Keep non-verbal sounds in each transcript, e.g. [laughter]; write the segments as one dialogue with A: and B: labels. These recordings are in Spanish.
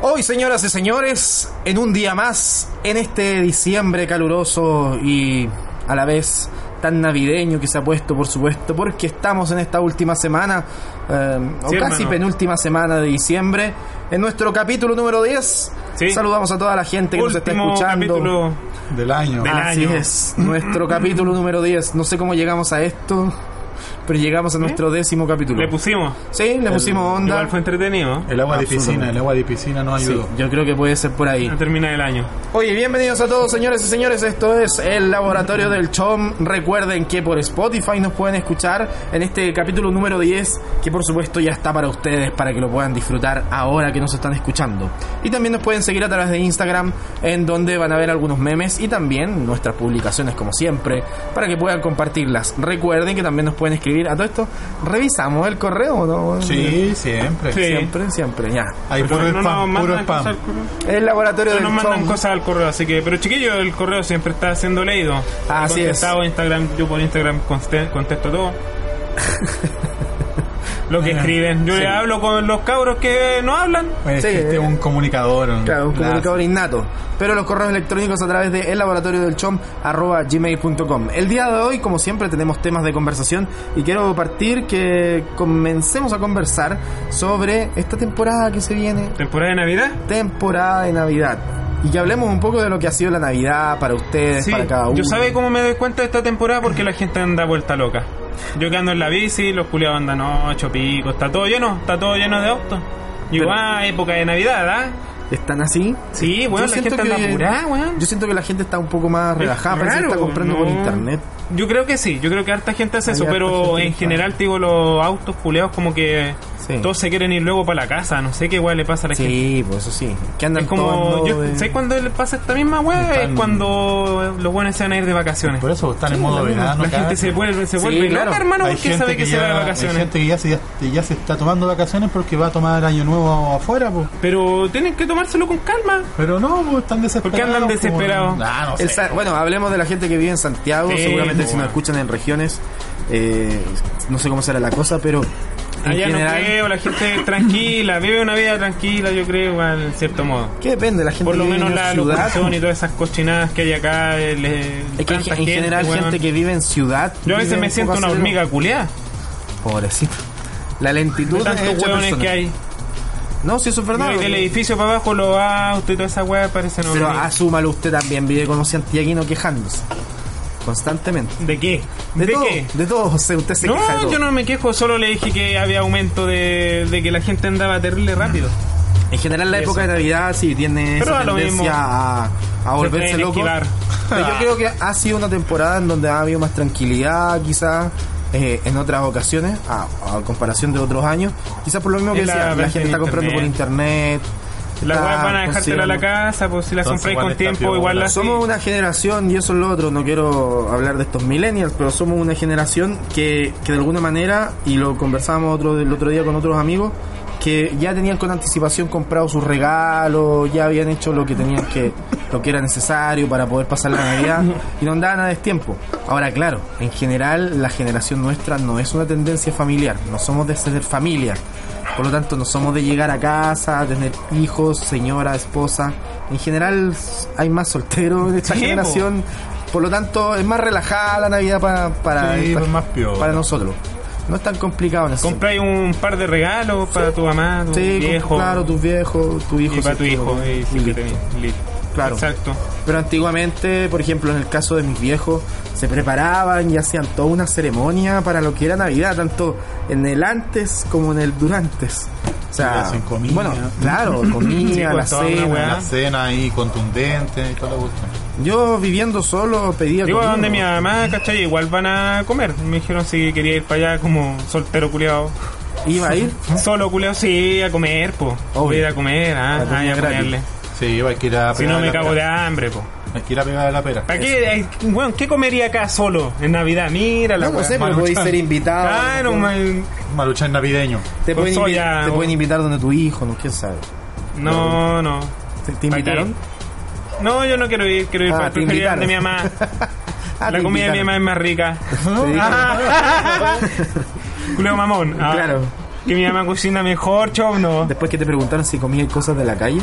A: Hoy, señoras y señores, en un día más, en este diciembre caluroso y a la vez tan navideño que se ha puesto, por supuesto, porque estamos en esta última semana, eh, o
B: Sí,
A: casi
B: hermano.
A: penúltima semana de diciembre, en nuestro capítulo número 10.
B: Sí.
A: Saludamos a toda la gente que
B: Último
A: nos está escuchando.
B: capítulo.
C: Del año.
B: Del
A: Así
B: año.
A: es, nuestro capítulo número 10. No sé cómo llegamos a esto, pero llegamos a nuestro décimo capítulo.
B: ¿Eh? Le pusimos.
A: sí, le pusimos onda.
B: Igual fue entretenido. ¿eh?
C: El agua de
A: Absolutamente.
C: piscina, el agua de piscina no
A: Sí,
C: ayudó.
A: yo creo que puede ser por ahí.
B: A terminar el año.
A: Oye, bienvenidos a todos, señores y señores. Esto es el Laboratorio del Chom. Recuerden que por Spotify nos pueden escuchar en este capítulo número 10, que por supuesto ya está para ustedes, para que lo puedan disfrutar ahora que nos están escuchando. Y también nos pueden seguir a través de Instagram, en donde van a ver algunos memes y también nuestras publicaciones, como siempre, para que puedan compartirlas. Recuerden que también nos pueden escribir a todo esto. Revisamos el correo, ¿no?
C: Sí, siempre.
B: Sí.
A: Siempre, siempre, ya.
C: Hay
B: Pero
C: puro
B: no nos
C: spam,
B: mandan
C: puro
B: cosas
C: spam.
B: al correo.
A: El Laboratorio
B: No
A: del
B: nos mandan
A: Chom.
B: cosas al correo, así que. Pero chiquillo, el correo siempre está siendo leído.
A: Así
B: He contestado Instagram, yo por Instagram conte-
A: [laughs]
B: contesto todo. Lo que escriben. Yo le hablo con los cabros que no hablan.
C: Pues
A: Sí.
C: existe un comunicador. ¿no?
A: Claro, un
C: Las-
A: comunicador innato. Pero los correos electrónicos a través de el laboratorio del chom arroba gmail.com. El día de hoy, como siempre, tenemos temas de conversación y quiero partir que comencemos a conversar sobre esta temporada que se viene,
B: Temporada de Navidad.
A: temporada de Navidad. Y que hablemos un poco de lo que ha sido la Navidad para ustedes,
B: Sí,
A: para cada uno.
B: yo sabe cómo me doy cuenta de esta temporada porque la gente anda vuelta loca. Yo que ando en la bici, los culiados andan ocho picos, está todo lleno, está todo lleno de autos. Y
A: Pero-
B: ah, época de Navidad, ¿ah?
A: ¿Están así?
B: Sí, bueno,
A: Yo
B: la gente
A: siento
B: anda
A: que-
B: apurada, weón.
A: Yo siento que la gente está un poco más relajada,
B: Es
A: parece que
B: raro,
A: está comprando
B: no.
A: por internet.
B: Yo creo que sí, yo creo que harta gente hace
A: Hay
B: eso,
A: harta
B: pero
A: gente
B: en
A: que
B: general, te digo, los autos culeados como que
A: Sí.
B: todos se quieren ir luego para la casa, no sé qué igual le pasa a la gente.
A: Sí, pues eso sí. Que andan
B: Es como,
A: todos en
B: yo,
A: modo de-
B: ¿sabes cuándo le pasa esta misma weá? Es
C: Están-
B: cuando los buenos se van a ir de vacaciones.
C: Por eso están en modo verano.
B: La gente
C: cada-
B: se vuelve, se
A: Sí,
B: vuelve loca,
A: claro.
B: hermano,
C: Hay
B: porque
C: gente
B: sabe que, se va de
C: ya-
B: vacaciones.
C: Hay gente que ya se, ya, ya se está tomando vacaciones porque va a tomar año nuevo afuera, pues.
B: Pero tienen que tomárselo con calma.
C: Pero no, pues están desesperados.
B: qué andan
C: po?
B: desesperados?
C: Ah, no sé.
A: El sa- bueno, hablemos de la gente que vive en Santiago.
B: Sí,
A: Seguramente si
B: bueno.
A: nos escuchan en regiones, eh, no sé cómo será la cosa, pero en
B: Allá
A: general,
B: no creo, la gente
A: [laughs]
B: es tranquila, vive una vida tranquila, yo creo, igual, en cierto modo.
A: ¿qué depende? La gente
B: Por lo
A: que vive
B: menos
A: en
B: la
A: ciudad. pues.
B: locución y todas esas cochinadas que hay acá. el- el-
A: Es que en,
B: tanta
A: en general,
B: weón.
A: gente que vive en ciudad.
B: Yo
A: vive
B: a veces
A: un
B: me
A: poco
B: siento una
A: acelerado.
B: hormiga culeada.
A: Pobrecito. La lentitud
B: De
A: de
B: tantos
A: hecha
B: hueones
A: persona.
B: que hay.
A: No, si eso es verdad.
B: Del
A: porque-
B: edificio para abajo, los autos y toda esa weá parecen
A: Pero
B: hormigas.
A: asúmalo, usted también vive como santiaguino quejándose. Constantemente.
B: ¿De qué?
A: De, todo,
B: qué?
A: de todo, José, usted se queja. de
B: No,
A: todo.
B: yo no me quejo, solo le dije que había aumento de, de que la gente andaba terrible rápido.
A: En general la
B: Eso.
A: época de Navidad sí tiene
B: Pero
A: esa
B: da lo
A: tendencia
B: mismo.
A: a, a volverse
B: pueden
A: loco.
B: esquivar. Ah.
A: Pero [laughs] yo creo que ha sido una temporada en donde ha habido más tranquilidad, quizás eh, en otras ocasiones, a, a comparación de otros años. Quizás por lo mismo que
B: Es la
A: decía, la,
B: versión
A: gente está comprando por internet.
B: Las
A: está
B: weas van a dejártela a [laughs] la
A: considerando-
B: casa, pues si las
C: Entonces,
B: compráis
C: igual
B: con
C: está
B: tiempo,
C: piola.
B: igual las.
A: Somos una generación, y eso es lo otro, no quiero hablar de estos millennials, pero somos una generación que, que de alguna manera, y lo conversábamos otro, el otro día con otros amigos, que ya tenían con anticipación comprado sus regalos, ya habían hecho lo que tenían que, lo que era necesario para poder pasar la Navidad, y no andaban a destiempo. Ahora, claro, en general la generación nuestra no es una tendencia familiar, no somos de ser familia. Por lo tanto, no somos de llegar a casa, tener hijos, señora, esposa. En general, hay más solteros en esta
B: Sí, po.
A: generación. Por lo tanto, es más relajada la Navidad pa- para,
C: Sí,
A: esta-
C: pues, más piola.
A: para nosotros. No es tan complicado en ese
B: Compráis un par de regalos para tu mamá, tu
A: sentido. Sí, con-
B: viejo.
A: claro, tus viejos, tu hijo.
B: Y para
A: si
B: tu
A: es que-
B: hijo. y si
A: y
B: es que
A: listo.
B: tenés, listo.
A: Claro.
B: Exacto.
A: Pero antiguamente, por ejemplo, en el caso de mis viejos, se preparaban y hacían toda una ceremonia para lo que era Navidad, tanto en el antes como en el durantes. O sea,
C: hacen comida.
A: bueno, claro,
B: [laughs] Sí,
A: comida,
B: pues,
A: la
B: toda una weá.
A: cena.
C: La cena ahí contundente y toda la cuestión.
A: Yo viviendo solo pedía
B: Digo,
A: comida.
B: donde mi mamá, ¿cachai? Igual van a comer. Me dijeron si quería ir para allá como soltero culeado.
A: Iba a ir.
B: Solo culeado, sí, a comer, po.
A: ¿Ah? Obvio.
B: Voy a ir a comer, ah,
A: La comida
B: ah, y a
A: gratis.
B: ponerle.
C: Sí, hay que ir a
B: Si
C: pegar
B: no me
C: la
B: cago de
C: pera.
B: hambre, po.
C: Hay que ir a pegar la pera.
B: ¿Para qué, eh, weón, ¿qué comería acá solo en Navidad? Mira la
A: No, no
B: weá,
A: sé, pero Ah,
B: Maruchan.
A: podéis ser invitado.
B: Claro, pues,
A: no,
B: man.
C: Maruchan navideño.
A: te,
B: con
A: pueden invi-
B: soya,
A: te
B: o-
A: pueden invitar donde tu hijo, no quién sabe.
B: No, no.
A: ¿Te, te
B: ¿Pa' qué?
A: invitaron?
B: No, yo no quiero ir, quiero ir
A: Ah,
B: para
A: te
B: preferir
A: invitaron.
B: de mi mamá.
A: [laughs] Ah,
B: la
A: te
B: comida de mi
A: invitaron.
B: mamá es más
A: [laughs]
B: rica. Ah.
A: Te dijeron, [laughs]
B: Culeo mamón. Ah,
A: Claro.
B: Que mi mamá cocina mejor,
A: [laughs]
B: chau, no.
A: Después que te preguntaron si comías cosas de la calle.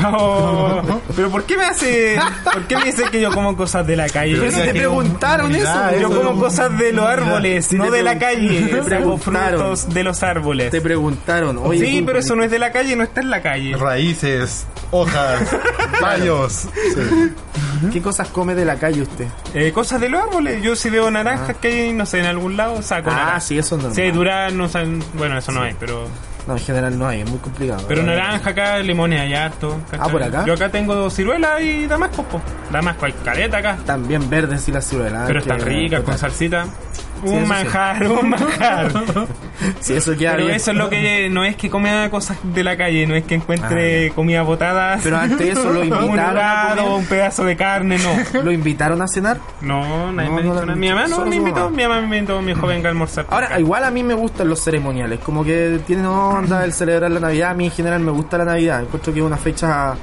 B: Oh, pero ¿por qué me hace, por qué me dice que yo como cosas de la calle?
A: Pero eso
C: ya
A: te
C: que-
A: preguntaron eso.
C: Unidad,
A: pues.
B: Yo
C: eso,
B: como cosas de los árboles,
A: Sí,
B: no
A: te
B: de la
A: pregun-
B: calle.
A: te
B: Saco
A: preguntaron.
B: frutos de los árboles.
A: Te preguntaron, oye.
B: Sí,
A: tú-
B: pero eso no es de la calle, no está en la calle.
C: Raíces, hojas, tallos. [laughs] Sí.
A: ¿Qué cosas come de la calle usted?
B: Eh, cosas de los árboles. Yo si veo naranjas que hay, no sé, en algún lado, saco
A: Ah,
B: naranjas.
A: sí, eso es normal.
B: Si hay duraznos, hay- bueno, eso no hay, pero
A: No, en general no hay, es muy complicado.
B: pero naranja acá, limones hay harto. ¿cachai?
A: Ah, ¿por acá?
B: Yo acá tengo ciruela y damasco, po. Damasco, hay careta acá.
A: También verdes y las ciruelas.
B: Pero
A: que-
B: están ricas, con salsita.
A: eso
B: Un
A: Ah, sí.
B: manjar, un
A: [laughs]
B: manjar.
A: Sí, eso queda
B: pues. Pero
A: bien.
B: eso es lo que no es que coma cosas de la calle, no es que encuentre comida botada.
A: Ah, Pero antes
B: [laughs]
A: eso lo invitaron
B: Un
A: a
B: helado,
A: comer.
B: un pedazo de carne,
A: [laughs]
B: no.
A: ¿Lo invitaron a cenar?
B: No, nadie
A: No,
B: me
A: no la-
B: ha dicho nada. Mi mamá no
A: solo
B: me
A: su
B: invitó,
A: mamá.
B: mi mamá me invitó, mi hijo venga a almorzar.
A: Ahora, igual a mí me gustan los ceremoniales, como que tienen onda el celebrar la Navidad, a mí en general me gusta la Navidad, encuentro que es una fecha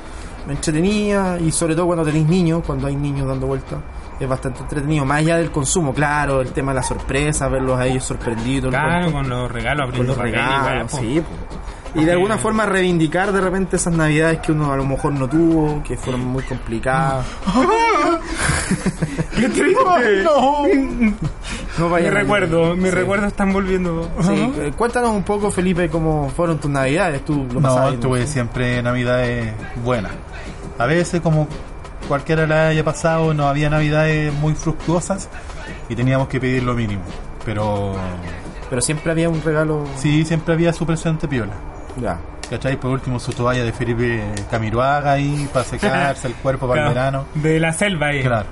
A: entretenida y sobre todo cuando tenéis niños, cuando hay niños dando vueltas, es bastante entretenido, más allá del consumo, claro, el tema de la sorpresa, verlos a ellos sorprendidos,
B: Claro,
A: con-
B: con los regalos,
A: con
B: abriendo
A: los
B: paquetes y weá,
A: regalos,
B: po.
A: sí. [laughs] po. Y de alguna forma reivindicar de repente esas navidades que uno a lo mejor no tuvo, que fueron muy complicadas.
B: ¡Qué triste!
A: No
B: Mi
A: vayan a-
B: recuerdo, mis
A: sí.
B: recuerdos están volviendo.
A: Sí, eh, cuéntanos un poco, Felipe, cómo fueron tus navidades. Tú lo
C: No,
A: pasabas ahí,
C: tuve siempre navidades buenas. A veces, como cualquiera la haya pasado, no había navidades muy fructuosas y teníamos que pedir lo mínimo. Pero
A: Pero siempre había un regalo.
C: sí, siempre había su presente piola.
A: Ya.
C: ¿Cachai? Por último, su toalla de Felipe Camiroaga ahí para secarse el cuerpo para el verano.
B: Claro, De la selva ahí.
C: Claro,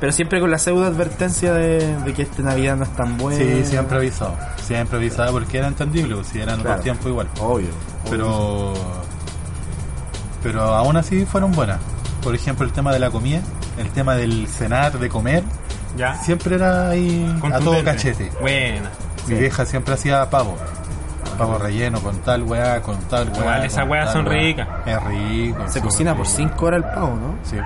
A: Pero siempre con la pseudo advertencia de, de que esta Navidad no es tan buena.
C: sí, siempre avisado. Siempre avisado porque era entendible, pues, si eran
A: Claro.
C: otros tiempos igual.
A: Obvio.
C: Pero. Pero aún así fueron buenas. Por ejemplo, el tema de la comida, el tema del cenar, de comer,
B: Ya.
C: siempre era ahí a todo
B: Contundente.
C: cachete.
B: Buena.
C: Mi vieja siempre hacía pavo. Pavo relleno con tal weá, con tal weá.
B: Igual, esas
C: con
B: weas
C: tal
B: son
C: weá.
B: ricas.
C: Es rico.
A: Se
C: súper
A: cocina por
C: rico.
A: 5 horas el pavo, ¿no?
C: Sí,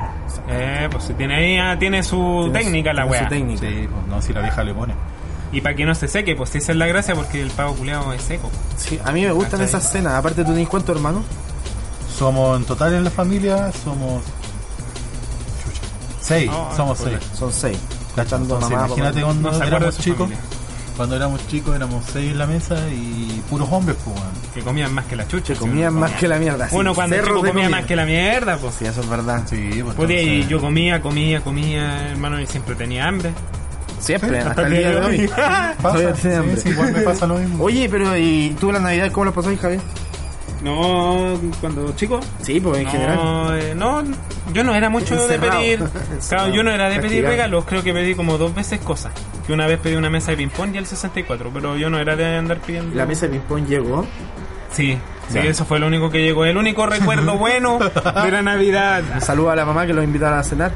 B: Eh, pues si tiene ahí, ah, tiene su
A: Tiene su-
B: técnica la
A: tiene su
B: weá.
A: técnica.
C: sí, pues, no, si la vieja le pone.
B: Y para que no se seque, pues esa es la gracia porque el pavo culeado es seco.
A: Sí, a mí me gustan
B: ¿Cachai?
A: esas cenas. Aparte, ¿tú tenés cuántos hermanos?
C: Somos en total en la familia, somos. Chucha. Seis,
B: No,
C: somos
B: joder.
C: seis.
A: Son 6.
C: ¿Cachai?
A: Cachando pues,
C: Entonces,
A: mamá.
C: imagínate
A: papá.
C: cuando
B: No se acuerda de
C: éramos
B: su
C: chicos.
B: familia.
C: Cuando éramos chicos éramos seis en la mesa y puros hombres, pues, weón.
B: Que comían más que la chucha. si
A: Comían
B: uno
A: más
B: comía.
A: que la mierda. sí.
B: Uno cuando
A: Cerros
B: chico
A: de
B: comía
A: comida.
B: más que la mierda, pues.
A: Sí, eso es verdad.
C: Sí, pues.
B: Podía y
C: entonces-
B: yo comía, comía, comía, hermano, y siempre tenía hambre.
A: Siempre,
C: Sí,
A: hasta el día de [laughs] hoy. Todavía
C: Pasa,
A: tiene hambre.
C: sí, sí, igual me pasa lo mismo.
A: Oye, pero ¿y tú la Navidad cómo la pasaste, Javier?
B: No, cuando chico.
A: Sí, pues en general.
B: No, eh, no, yo no era mucho
A: Encerrado.
B: de
A: [laughs]
B: pedir. Claro, yo no era de pedir
A: Castigado.
B: regalos, creo que pedí como dos veces cosas. Que una vez pedí una mesa de ping-pong y el 64, pero yo no era de andar pidiendo.
A: La mesa de ping-pong llegó.
B: Sí, sí, eso fue lo único que llegó. El único
A: [laughs]
B: recuerdo bueno de la Navidad.
A: Saluda a la mamá que lo invitara a cenar.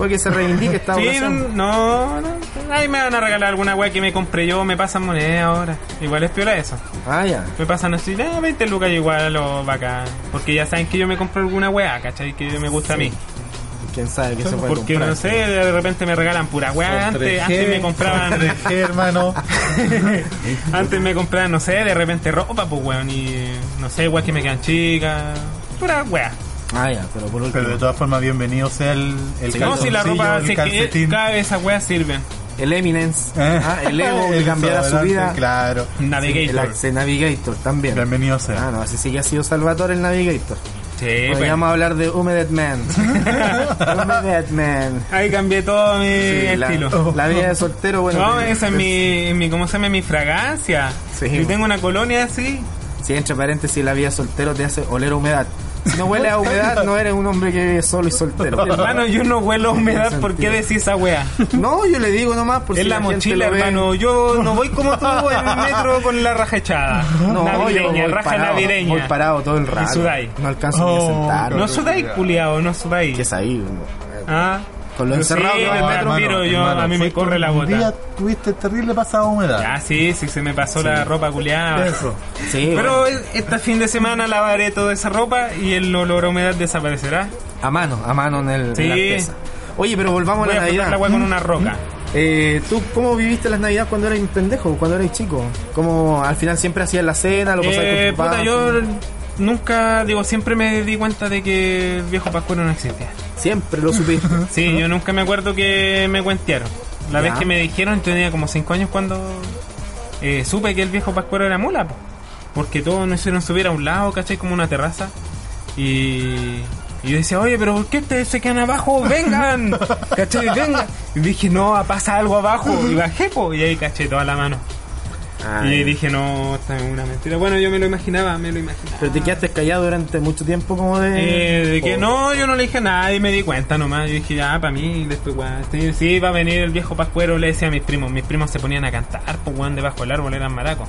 A: Oye, que se reivindique esta
B: [laughs] Sí, no,
A: oración.
B: no, no. Ahí me van a regalar alguna weá que me compré yo, me pasan moneda ahora. Igual es piola eso.
A: Ah, ya.
B: Me pasan así, ah, 20 lucas igual lo bacán. Porque ya saben que yo me compro alguna weá, ¿cachai? Que me gusta a mí.
A: Quién sabe qué se puede
B: Porque
A: comprar.
B: no sé, de repente me regalan pura weá. Antes, antes me compraban.
C: hermano.
B: [laughs] antes me compraban, no sé, de repente ropa, pues weón. Y eh, no sé, weá que me quedan chicas. Pura weá.
A: Ah, ya, pero por último.
C: Pero de todas formas, bienvenido sea el, el
B: No, si la
C: calzoncillo,
B: ropa,
C: el
B: si es que
C: calcetín.
B: cada vez esas weas sirven.
A: El Eminence. Ah, el Evo que
C: Eh. [laughs] El
A: cambiará su
C: desodorante,
A: vida.
C: Claro.
A: El
B: Navigator.
A: Axe Navigator también.
C: Bienvenido sea.
A: Ah, no, así sí que ha sido Salvatore el Navigator.
B: Sí, pues.
A: Podríamos hablar de Humedad
B: [laughs]
A: Man. Humedad Man.
B: Ahí cambié todo mi
A: Sí, la, oh,
B: estilo.
A: la vida de soltero, bueno.
B: No,
A: tiene-
B: esa es mi, mi, ¿cómo se llama? Mi fragancia.
A: Sí,
B: Yo
A: bueno. [laughs]
B: tengo una colonia así.
A: Si entre paréntesis la vida soltero te hace oler a humedad. Si no huele
B: [laughs]
A: a humedad, no eres un hombre que vive solo y soltero.
B: Hermano, yo no huelo a humedad, ¿por qué decís esa wea?
A: No, yo le digo nomás por Pues
B: Es
A: si
B: la
A: gente
B: mochila,
A: lo ve.
B: hermano. Yo no voy como tú en el metro con la raja echada.
A: [laughs] No,
B: navideña,
A: yo voy
B: raja
A: parado,
B: navideña.
A: voy parado todo el rato.
B: sudáis.
A: No alcanzo ni a
C: Oh,
A: sentar.
B: No sudáis, culiao, no
A: ¿Qué
B: sudáis.
A: es ahí? bro?
B: Ah.
A: Con lo
B: Yo
A: encerrado
B: sí,
A: que va el
B: hermano,
A: metro,
B: miro, yo,
C: hermano,
B: a mí me
C: fue
B: corre
C: que
B: la
C: un día
B: bota.
C: tuviste terrible pasada humedad.
B: Ah, sí, sí, se me pasó la ropa culiada.
C: Eso.
A: Sí,
B: Ah. Pero
A: bueno,
B: e- este fin de semana lavaré toda esa ropa y el olor a humedad desaparecerá.
A: a mano, a mano en, el, en
B: Sí.
A: la pieza. Oye, pero volvamos
B: Voy
A: a
B: a
A: la
B: frotar
A: Navidad. ¿Mm?
B: la agua con una roca.
A: Eh, ¿Tú cómo viviste las Navidades cuando eras pendejo, cuando eras chico? ¿Cómo al final siempre hacías la cena, lo pasabas
B: Eh,
A: con tu papá?
B: puta, yo nunca, digo, siempre me di cuenta de que el viejo Pascuero no existía.
A: Siempre lo supiste.
B: [laughs] Sí, yo nunca me acuerdo que me cuentearon.
A: Ya.
B: La vez que me dijeron, yo tenía como 5 años cuando eh, supe que el viejo Pascuero era mula, po. porque todos nos hicieron subir a un lado, ¿cachai? Como una terraza. Y, y yo decía, oye, pero ¿por qué ustedes se quedan abajo? ¡Vengan! ¿cachai? ¡Vengan! Y dije, no, pasa algo abajo. Y bajé, po, y ahí caché toda la mano. Y ahí
A: Ay,
B: dije, no, esta es una mentira. Bueno, yo me lo imaginaba, me lo imaginaba.
A: pero te quedaste callado durante mucho tiempo como de...
B: Eh, de que
A: Oh.
B: no, yo no le dije nada y me di cuenta nomás. Yo dije, ya, para mí, después, weón. Sí, sí, va a venir el viejo Pascuero, le decía a mis primos. Mis primos se ponían a cantar, pues, weón, debajo del árbol eran maracos.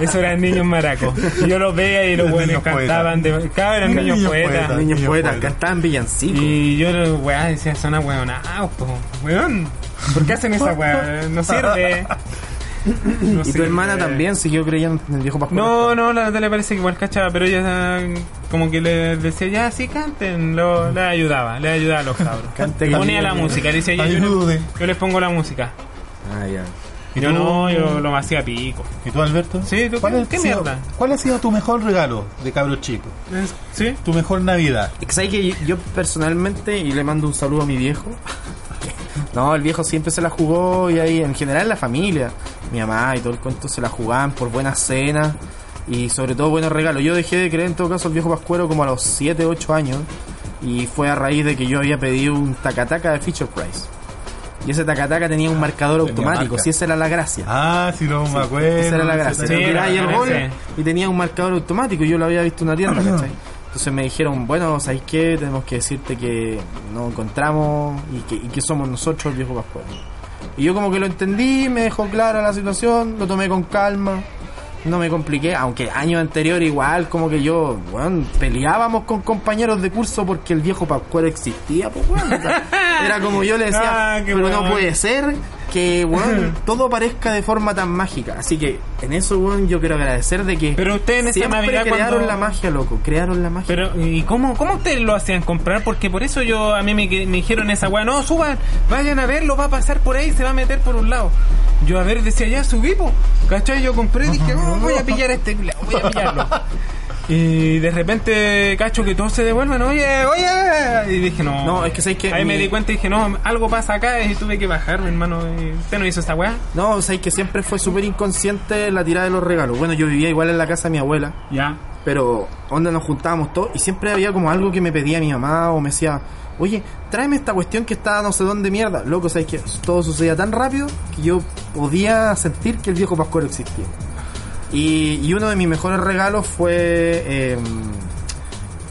B: Eso eran niños maracos. Y Yo los veía y los
C: Los
B: weones
C: niños
B: cantaban. De, claro, eran niños,
C: Niños
B: poetas.
C: poetas.
A: Niños
C: Niño
A: poetas,
C: poeta.
A: cantaban villancicos.
B: Y yo, weón, decía, son ahueonados, pues, weón. ¿Por qué hacen esa weón? No sirve. No
A: Y tu
B: sirve.
A: hermana también siguió creyendo en el viejo Pascual.
B: No, no, la Natalia parece que igual cachaba, pero ella eh, como que le decía, ya, sí, canten, lo, le ayudaba, le ayudaba a los cabros.
A: Cante, cante.
B: Ponía la música, le decía, ya, yo,
C: Ayude.
B: le- yo les pongo la música.
A: Ah, ya.
B: Y yo no, yo lo hacía pico.
C: ¿Y tú, Alberto?
B: Sí, ¿tú qué-
C: ha
B: qué
C: sido-
B: mierda?
C: ¿Cuál ha sido tu mejor regalo de cabro chico?
B: Es- ¿Sí?
C: Tu mejor Navidad.
A: Es que sabes que yo, yo personalmente, y le mando un saludo a mi viejo. [laughs] No, el viejo siempre se la jugó y ahí, en general la familia, mi mamá y todo el cuento se la jugaban por buenas cenas y sobre todo buenos regalos. Yo dejé de creer en todo caso al viejo Pascuero como a los 7, 8 años y fue a raíz de que yo había pedido un tacataca de Feature Price. Y ese tacataca tenía un marcador
C: Ah, tenía
A: automático,
C: marca.
A: si esa era la gracia.
C: Ah, si no me acuerdo.
A: Esa era la gracia.
C: Sí,
B: Sí,
A: Tú tirabas ahí el
B: era
A: gol
B: ese.
A: y tenía un marcador automático. Yo lo había visto en una tienda, ¿cachai? Entonces me dijeron, bueno, ¿sabes qué? Tenemos que decirte que nos encontramos y que, y que somos nosotros el viejo Pascual. Y yo como que lo entendí, me dejó clara la situación, lo tomé con calma, no me compliqué, aunque años anteriores igual como que yo, weón, peleábamos con compañeros de curso porque el viejo Pascuero existía, pues weón. o sea, era como yo le decía,
B: [laughs] Ah, qué
A: pero no
B: weón.
A: puede ser que, weón,
B: [laughs]
A: todo parezca de forma tan mágica. Así que en eso, weón, yo quiero agradecer de que
B: Pero ustedes en esa
A: siempre
B: Navidad
A: crearon
B: cuando-
A: la magia, loco, crearon la magia.
B: Pero, ¿y cómo, cómo ustedes lo hacían comprar? Porque por eso yo, a mí me, que- me dijeron esa weá, no, suban, vayan a verlo, va a pasar por ahí, se va a meter por un lado. Yo a ver, decía, ya subí, po. ¿cachai? Yo compré, dije, oh, voy a pillar a este, culiao, voy a pillarlo. Y de repente cacho que todos se devuelven, oye, oye. Y dije, no.
A: No, es que sabes que
B: Ahí me
A: mi-
B: di cuenta y dije, no, algo pasa acá y tuve que bajarme, hermano. y ¿Usted no hizo esta weá?
A: No, o sea, es que siempre fue súper inconsciente la tirada de los regalos. Bueno, yo vivía igual en la casa de mi abuela.
B: Ya.
A: Pero onda nos juntábamos todos y siempre había como algo que me pedía mi mamá o me decía, oye, tráeme esta cuestión que está no sé dónde mierda. Loco, sabes que todo sucedía tan rápido que yo podía sentir que el viejo Pascuero existía. Y, y uno de mis mejores regalos fue eh,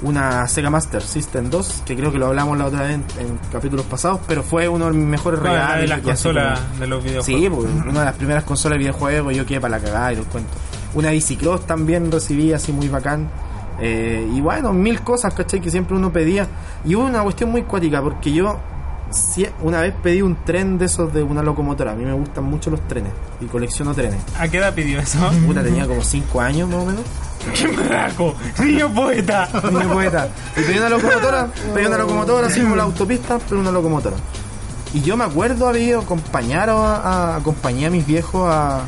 A: una Sega Master System 2, que creo que lo hablamos la otra vez en, en capítulos pasados, pero fue uno de mis mejores
B: Bueno,
A: regalos.
B: la de las
A: y así
B: consolas,
A: como-
B: de los videojuegos.
A: Sí, pues, una de las primeras consolas de videojuegos, yo quedé para la cagada y los cuento. Una bicicross también recibí así muy bacán. Eh, y bueno, mil cosas, ¿cachai? Que siempre uno pedía. Y hubo una cuestión muy cuática, porque yo sí- una vez pedí un tren de esos de una locomotora. A mí me gustan mucho los trenes y colecciono trenes.
B: ¿A qué edad pidió eso?
A: Puta, tenía como 5 años más o menos.
B: ¡Qué maraco! ¡Niño poeta!
A: [laughs] Niño poeta. Y pedí una locomotora, pedí una locomotora, así como la autopista, pero una locomotora. Y yo me acuerdo haber ido a acompañar a, a- acompañé a mis viejos a,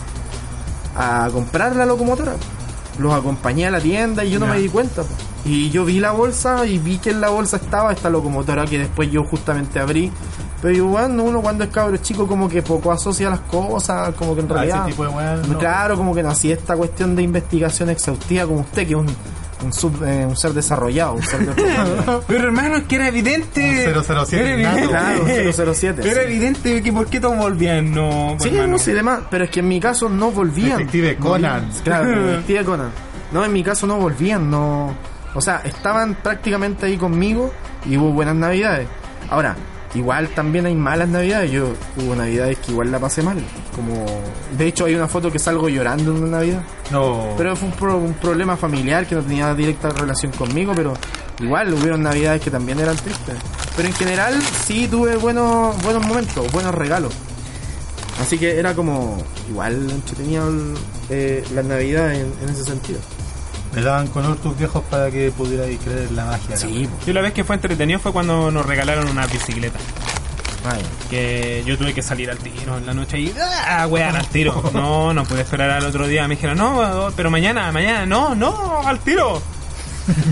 A: a comprar la locomotora. Los acompañé a la tienda y yo no
B: Ya.
A: me di cuenta. po. Y yo vi la bolsa y vi que en la bolsa estaba esta locomotora que después yo justamente abrí. Pero yo, bueno, uno cuando es cabro chico como que poco asocia las cosas, como que en
C: Ah, ese
A: realidad...
C: tipo de weá, no.
A: Claro, como que no hacía esta cuestión de investigación exhaustiva como usted, que es un, un, sub- eh, un ser desarrollado, un ser de otro
C: [laughs]
A: mundo.
B: Pero hermano, es que era evidente.
C: Un 007
B: Era evidente.
C: innato.
A: Claro, un 007,
B: [laughs] Era
A: sí.
B: evidente que por qué todos volvían. No, pues,
A: Sí,
B: hermano.
A: no sé, demás, pero es que en mi caso no volvían.
C: Detective Conan.
A: Claro,
C: [laughs]
A: el detective Conan. No, en mi caso no volvían, no. O sea, estaban prácticamente ahí conmigo y hubo buenas navidades. Ahora, igual también hay malas navidades. Yo hubo navidades que igual la pasé mal. Como, de hecho hay una foto que salgo llorando en una navidad.
C: No.
A: Pero fue un, pro- un problema familiar que no tenía directa relación conmigo, pero igual hubieron navidades que también eran tristes. Pero en general sí tuve buenos, buenos momentos, buenos regalos. Así que era como igual entretenía eh, las navidades en, en ese sentido.
C: Me daban color tus viejos para que pudierais creer en la magia.
A: Sí,
B: Yo la vez que fue entretenido fue cuando nos regalaron una bicicleta.
A: ay,
B: Que yo tuve que salir al tiro en la noche y. ¡Ah, weón, al tiro!
A: [laughs]
B: No, no pude esperar al otro día. Me dijeron, no, pero mañana, mañana, no, no, al tiro.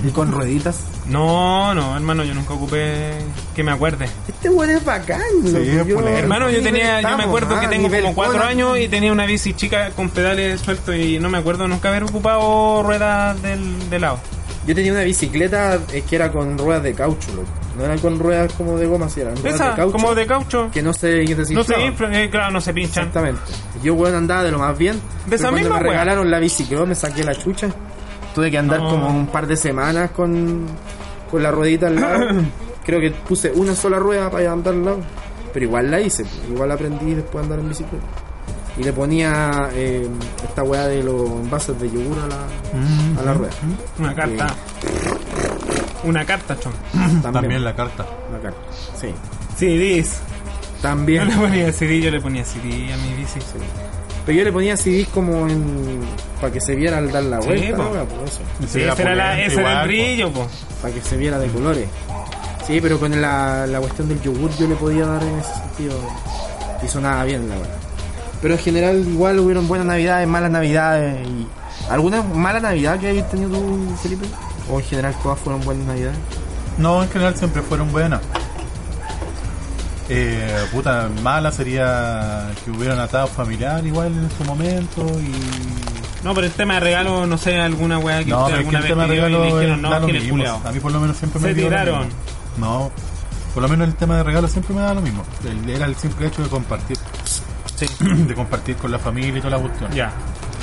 A: y con rueditas.
B: No, no, hermano, yo nunca ocupé que me acuerde.
A: Este weón es bacán,
C: loco. es Yo- pulero.
B: Hermano, yo tenía, yo me acuerdo que tengo como cuatro
A: ah, cuatro
B: años y tenía una bici chica con pedales sueltos y no me acuerdo nunca haber ocupado ruedas del, de lado.
A: Yo tenía una bicicleta eh, que era con ruedas de caucho, loco. No eran con ruedas como de goma, sí, eran ruedas
B: Esa,
A: de caucho.
B: como de caucho.
A: Que no se
B: No se
A: desinflaban.
B: inflan, eh, claro, no se pinchan.
A: Exactamente. Yo, weón, andaba de lo más bien. pero
B: esa
A: cuando
B: misma,
A: me
B: weón.
A: regalaron la bici, que yo me saqué la chucha. Tuve que andar
B: No.
A: como un par de semanas con, con la ruedita al
B: [coughs]
A: lado. Creo que puse una sola rueda para andar al lado. Pero igual la hice. pues. Igual aprendí después a andar en bicicleta. Y le ponía eh, esta weá de los envases de yogur a la,
B: Mm,
A: a la rueda.
B: Una carta. Una carta,
C: [laughs]
B: chon.
A: También,
C: También
A: la...
C: la carta.
A: carta. Sí.
B: CDs. Yo
A: También.
B: [laughs] le ponía CD, yo le ponía CD a mi bici.
A: Pero yo le ponía CDs como en. para que se viera al dar la
B: Sí,
A: vuelta.
B: po.
A: ¿no? Por eso.
B: Sí, ese era, la, ese
C: pulenta
B: era el
C: igual,
B: brillo, po.
A: para que se viera de colores. Sí, pero con la, la cuestión del yogur yo le podía dar en ese sentido. Y sonaba bien, la verdad. Pero en general, igual hubieron buenas navidades, malas navidades. Y... ¿Alguna mala navidad que hayas tenido tú, Felipe? ¿O en general todas fueron buenas navidades?
C: po. No, en general siempre fueron buenas. Eh, puta, mala sería que hubieran atado familiar igual en su momento y
B: No, pero el tema de regalo, no sé, alguna weá que
C: No,
B: usted
C: pero es que
B: alguna
C: el
B: vez
C: tema
B: pidió y
C: regalo
B: le dijeron,
C: da
B: no,
C: lo
B: que le
C: mismo.
B: culeado.
C: A mí por lo menos siempre
B: Se
C: me dio lo
B: tiraron.
C: mismo. No, por lo menos el tema de regalo siempre me da lo mismo. El- Era el simple hecho de compartir,
B: Sí,
C: [clears throat] de compartir con la familia y toda la cuestión.
B: ya.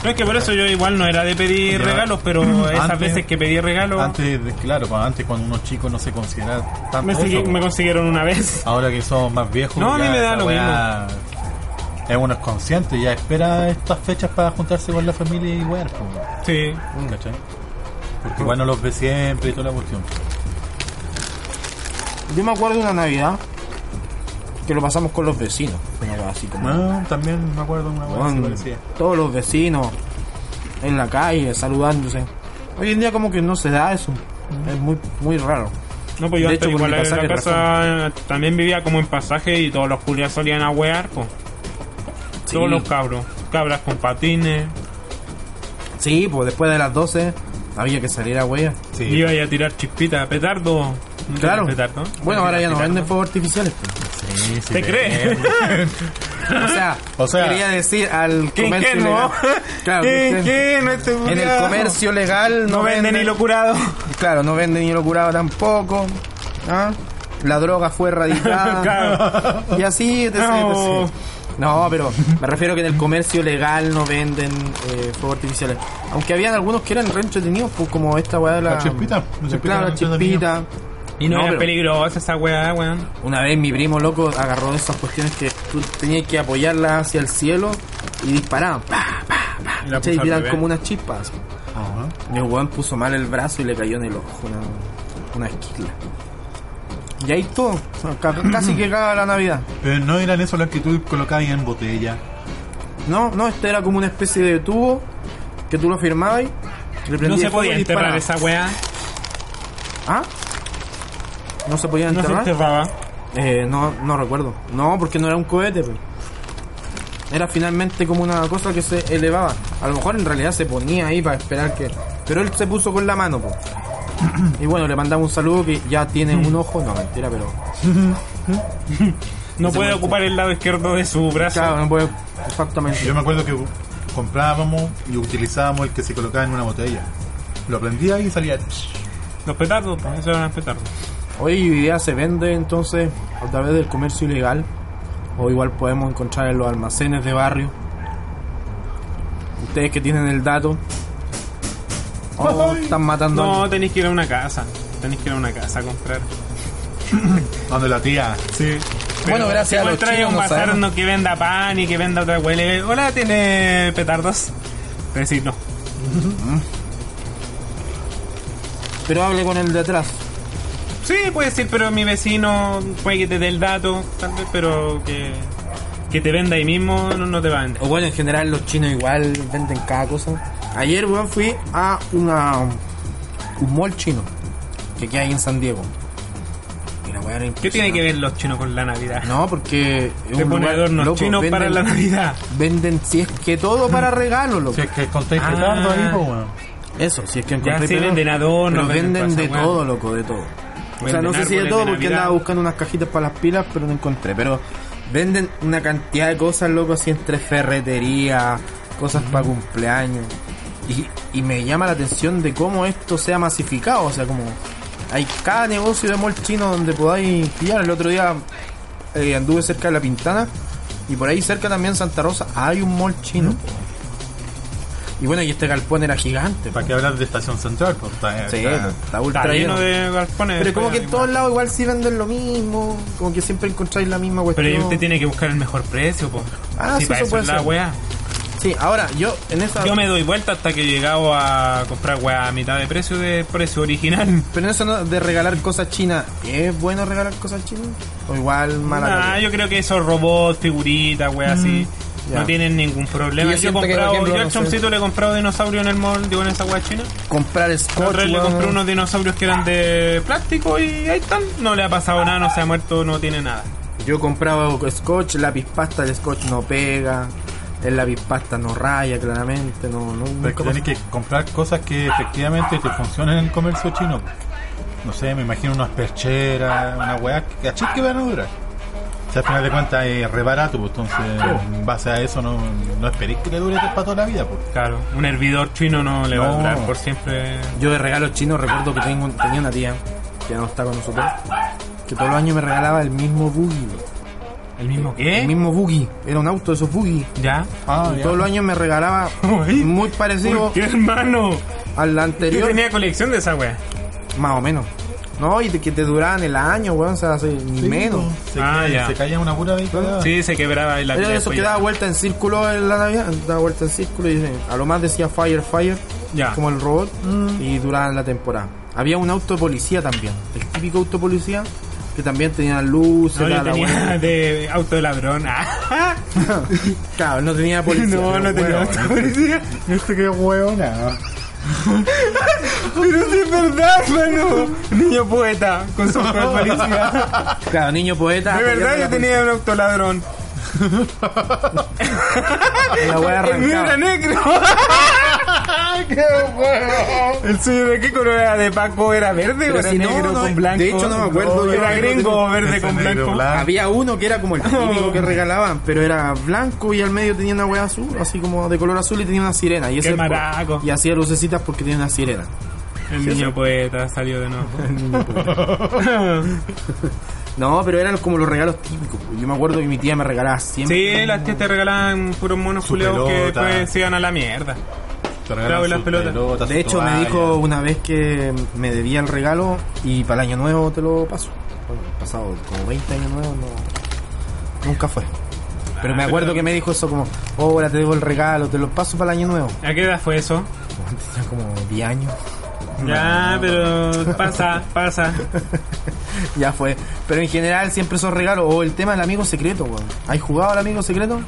B: No es que por eso yo igual no era de pedir
C: Ya.
B: regalos,
C: [clears throat]
B: pero esas
C: Antes-
B: veces que pedí regalos,
C: Antes, de- claro, pues, antes cuando unos chicos no se consideraban tanto
B: me, sigui-
C: eso,
B: me
C: pues.
B: consiguieron una vez. [laughs]
C: ahora que somos más viejos.
B: No, a mí
C: ya
B: me da
C: esa
B: lo
C: weá- Es uno es consciente, ya espera estas fechas para juntarse con la familia y wear, pues, weón.
B: Sí.
C: ¿Cachai? Porque igual no los ve siempre y toda la cuestión.
A: Yo me acuerdo de una navidad que lo pasamos con los vecinos. Una cosa así como.
C: No, también me acuerdo una weá así
A: Con
C: Ah, parecía.
A: todos los vecinos en la calle saludándose. Hoy en día como que no se da eso. Es muy, muy raro.
B: No, pues yo
A: De
B: antes
A: hecho, por
B: igual
A: mi
B: en la
A: pasaje,
B: casa eh, también vivía como en pasaje y todos los culiados solían a wear, po.
A: Sí.
B: Todos los cabros. Cabras con patines.
A: Sí, pues después de las 12 había que salir a huella.
C: Sí.
B: Iba a tirar chispitas, petardo. ¿No
A: Claro.
B: tenés Petardo?
A: Bueno, ahora ya no
B: Petardo.
A: venden fuegos artificiales. pues.
C: Sí, sí,
B: ¿Te crees?
A: O sea,
C: O sea,
A: quería decir al
B: ¿Quién
A: comercio
B: [laughs] qué no?
A: legal. [laughs] Claro,
B: ¿Quién
A: ¿viste?
B: qué no? Este
A: en el
B: culiao.
A: comercio legal no,
B: No venden ni
A: [laughs]
B: lo curado.
A: Claro, no venden ni lo curado tampoco. ¿ah? La droga fue erradicada.
B: [laughs] Claro.
A: Y así, etc,
B: No.
A: etc. No, pero me refiero que en el comercio legal no venden eh, fuegos artificiales. Aunque habían algunos que eran re entretenidos, pues, como esta weá de la.
C: La chispita, la chispita
A: claro, la
C: era entretenida.
A: chispita.
B: Y no, era
A: pero
B: peligrosa esa weá, weón.
A: Una vez mi primo loco agarró de esas cuestiones que tú tenías que apoyarlas hacia el cielo y disparaban. pa, pa, pa,
B: Y la
A: ¿cachai? Y
B: puso al
A: eran
B: revés.
A: como unas chispas. así.
C: Ajá.
A: Y el weón puso mal el brazo y le cayó en el ojo una, una esquila. Y ahí todo. O sea,
B: [clears throat]
A: ca- Casi que caga la Navidad.
C: Pero Eh, no eran eso las que tú colocabas en botella.
A: No, no, este era como una especie de tubo que tú lo firmabas y le prendías
B: No se
A: fuego
B: podía
A: y
B: enterrar esa
A: disparabas.
B: weá.
A: ¿Ah? ¿No se podía
B: No se
A: enterrar?
B: enterraba.
A: Eh, no, no recuerdo. No, porque no era un cohete. pues. Era finalmente como una cosa que se elevaba. A lo mejor en realidad se ponía ahí para esperar que... Pero él se puso con la mano. pues. Y bueno, le mandamos un saludo que ya tiene un ojo. No, mentira, pero...
B: No puede ocupar el lado izquierdo de su brazo.
A: Claro, no puede... Exactamente.
C: Yo me acuerdo que comprábamos y utilizábamos el que se colocaba en una botella. Lo prendía y salía.
B: Los petardos, pues, eso eran petardos.
A: Hoy día se vende entonces a través del comercio ilegal o igual podemos encontrar en los almacenes de barrio. Ustedes que tienen el dato. Oh,
C: Ay.
A: están matando. a
B: No,
A: alguien.
B: tenéis que ir a una casa. Tenéis que ir a una casa a comprar.
C: Donde la tía.
B: Sí.
D: Bueno, gracias a
B: Igual
D: los
B: trae
D: chinos,
B: un
D: no
B: bazar
D: sabemos.
B: no que venda pan y que venda otra huele. Hola, ¿tiene petardos? Te decís no.
A: Pero hable con el de atrás.
B: Sí, puede ser, pero mi vecino puede que te dé el dato, tal vez, pero que, que te venda ahí mismo no, no te va a vender.
A: O bueno, en general los chinos igual venden cada cosa. Ayer, weón, fui a una un mall chino que aquí hay en San Diego. Y la weá era
B: ¿Qué tiene
A: impresionante.
B: que ver los chinos con la Navidad?
A: No, porque es
B: te
A: un
B: pone
A: lugar,
B: adornos
A: loco,
B: chinos para la Navidad.
A: Venden si es que todo
B: [laughs]
A: para regalo, loco.
C: Si es que contáis
B: Ah.
C: petardo ahí, pues, weón.
A: Eso, si es que
B: Ya
A: encontré
B: sí
A: pedo.
B: venden adornos,
A: Pero
B: venden
A: venden de
B: cosas,
A: todo,
B: weón.
A: loco, de todo. O sea,
B: Venden
A: no sé si de
B: árboles
A: todo
B: de
A: porque
B: Navidad.
A: andaba buscando unas cajitas para las pilas, pero no encontré. Pero venden una cantidad de cosas, loco, así entre ferretería, cosas para cumpleaños. Y, y me llama la atención de cómo esto sea masificado. O sea, como hay cada negocio de mall chino donde podáis pillar. El otro día eh, anduve cerca de La Pintana y por ahí cerca también Santa Rosa hay un mall chino. Y bueno, y este galpón era gigante.
C: ¿Para qué hablar de estación central? Pues, está,
A: Sí,
C: está-
A: está
B: Está
A: ultra
B: lleno
A: lleno.
B: de pues, galpones.
A: Pero como que en
B: Pero
A: todos lados igual sí venden lo mismo, como que siempre encontráis la misma cuestión.
B: ahí usted tiene que buscar el mejor precio, po.
A: Ah, sí,
B: para
A: eso puede
B: es la
A: ser.
B: weá.
A: Sí, ahora yo en esa
B: Yo me doy vuelta hasta que he llegado a comprar weá a mitad de precio de precio original.
A: pero en eso no- de regalar cosas chinas, ¿es bueno regalar cosas chinas? O igual mala
B: Nah,
A: calidad?
B: yo creo que esos robots, figuritas, weá así,
A: ya.
B: no tienen ningún
D: Y
B: problema.
D: yo
B: Yo, he
D: siento que, por
B: comprado,
D: ejemplo,
B: yo al
D: no sé.
B: chomcito le he comprado dinosaurio en el mall, digo, en esa weá china.
A: comprar
B: La
A: scotch.
B: otra vez le
A: weón.
B: compré unos dinosaurios que eran de plástico y ahí están. No le ha pasado nada, no se ha muerto, no tiene nada.
A: Yo compraba scotch, lápiz pasta, el scotch no pega, el lápiz pasta no raya claramente, no no.
C: Pero es que
A: nunca
C: tenés que comprar cosas que efectivamente te funcionen en el comercio chino. No sé, me imagino unas percheras, una weá, que cachis que van a durar. O sea, al final de cuentas es re barato, pues entonces en base a eso no, no esperéis que le dure para toda la vida. Pues.
B: Claro, un hervidor chino no le va a
C: No.
B: durar por siempre.
A: Yo de regalos chinos recuerdo que tengo, tenía una tía, que ya no está con nosotros, que todos los años me regalaba el mismo buggy.
B: ¿El mismo qué?
A: El mismo buggy. Era un auto de esos buggy.
B: ¿Ya?
C: Ah,
A: Y todos los años me regalaba
B: [laughs] Uy.
A: muy parecido
B: Uy, ¡Qué hermano!
A: al
B: Yo
A: anterior.
B: tenía colección de esa weá.
A: Más o menos. No, y te- que te duraban el año, weón, o sea, hace ni menos.
C: Se,
B: Ah,
C: ah,
B: ya.
C: se caía una pura de
B: Sí, se quebraba y la
A: Era
B: pila
A: eso
B: después
A: que
B: ya.
A: daba vuelta en círculo en la Navidad, daba vuelta en círculo y eh, a lo más decía Fire Fire,
B: Ya. Mm.
A: como el robot, y duraban la temporada. Había un auto de policía también, el típico auto de policía, que también tenía luces,
B: No,
A: era
B: yo
A: la
B: tenía
A: buena-
B: de auto de ladrón. [laughs] Ah.
A: Claro, no
B: [laughs]
A: tenía policía.
B: no, no tenía auto de policía.
C: Este que hueona.
B: Pero sí es verdad, mano. Niño poeta, con su auto
A: [laughs]
B: de policía.
A: Claro, niño poeta.
B: De verdad yo tenía un auto ladrón.
A: La wea
B: [laughs] El mío era
A: arrancaba. [laughs]
B: negro. El suyo de qué color era de Paco era verde o
A: Pero
B: era
A: si no,
B: negro
A: no,
B: con blanco.
A: de hecho, no me acuerdo, yo
B: era
A: no
B: gringo
A: tengo-
B: verde
C: Ese
B: con
C: negro,
B: blanco.
C: blanco.
A: Había uno que era como el típico que regalaban, pero era blanco y al medio tenía una wea azul, así como de color azul y tenía una sirena. Y ese
B: maraco.
A: Y hacía lucecitas porque tenía una sirena.
B: El niño poeta salió de nuevo.
A: No, pero eran como los regalos típicos. pues. Yo me acuerdo que mi tía me regalaba siempre.
B: Sí, las tías te regalaban puros monos
C: Su
B: culeados que
C: pelota.
B: después se iban a la mierda.
C: Te
B: Claro, y
C: regalan
B: las
C: sus
B: pelotas.
C: pelotas,
A: De
C: sus
A: hecho, me
C: toallas.
A: dijo una vez que me debía el regalo y para el año nuevo te lo paso. Bueno, pasado como 20 años nuevos, no- nunca fue. Pero me acuerdo que me dijo eso como, oh, ahora te debo el regalo, te lo paso para el año nuevo.
B: ¿A qué edad fue eso?
A: Tenía como 10 años. [laughs]
B: Ya, pero pasa, pasa.
A: Ya fue. Pero en general siempre esos regalos. O el tema del amigo secreto, weón. ¿Hay jugado al amigo secreto?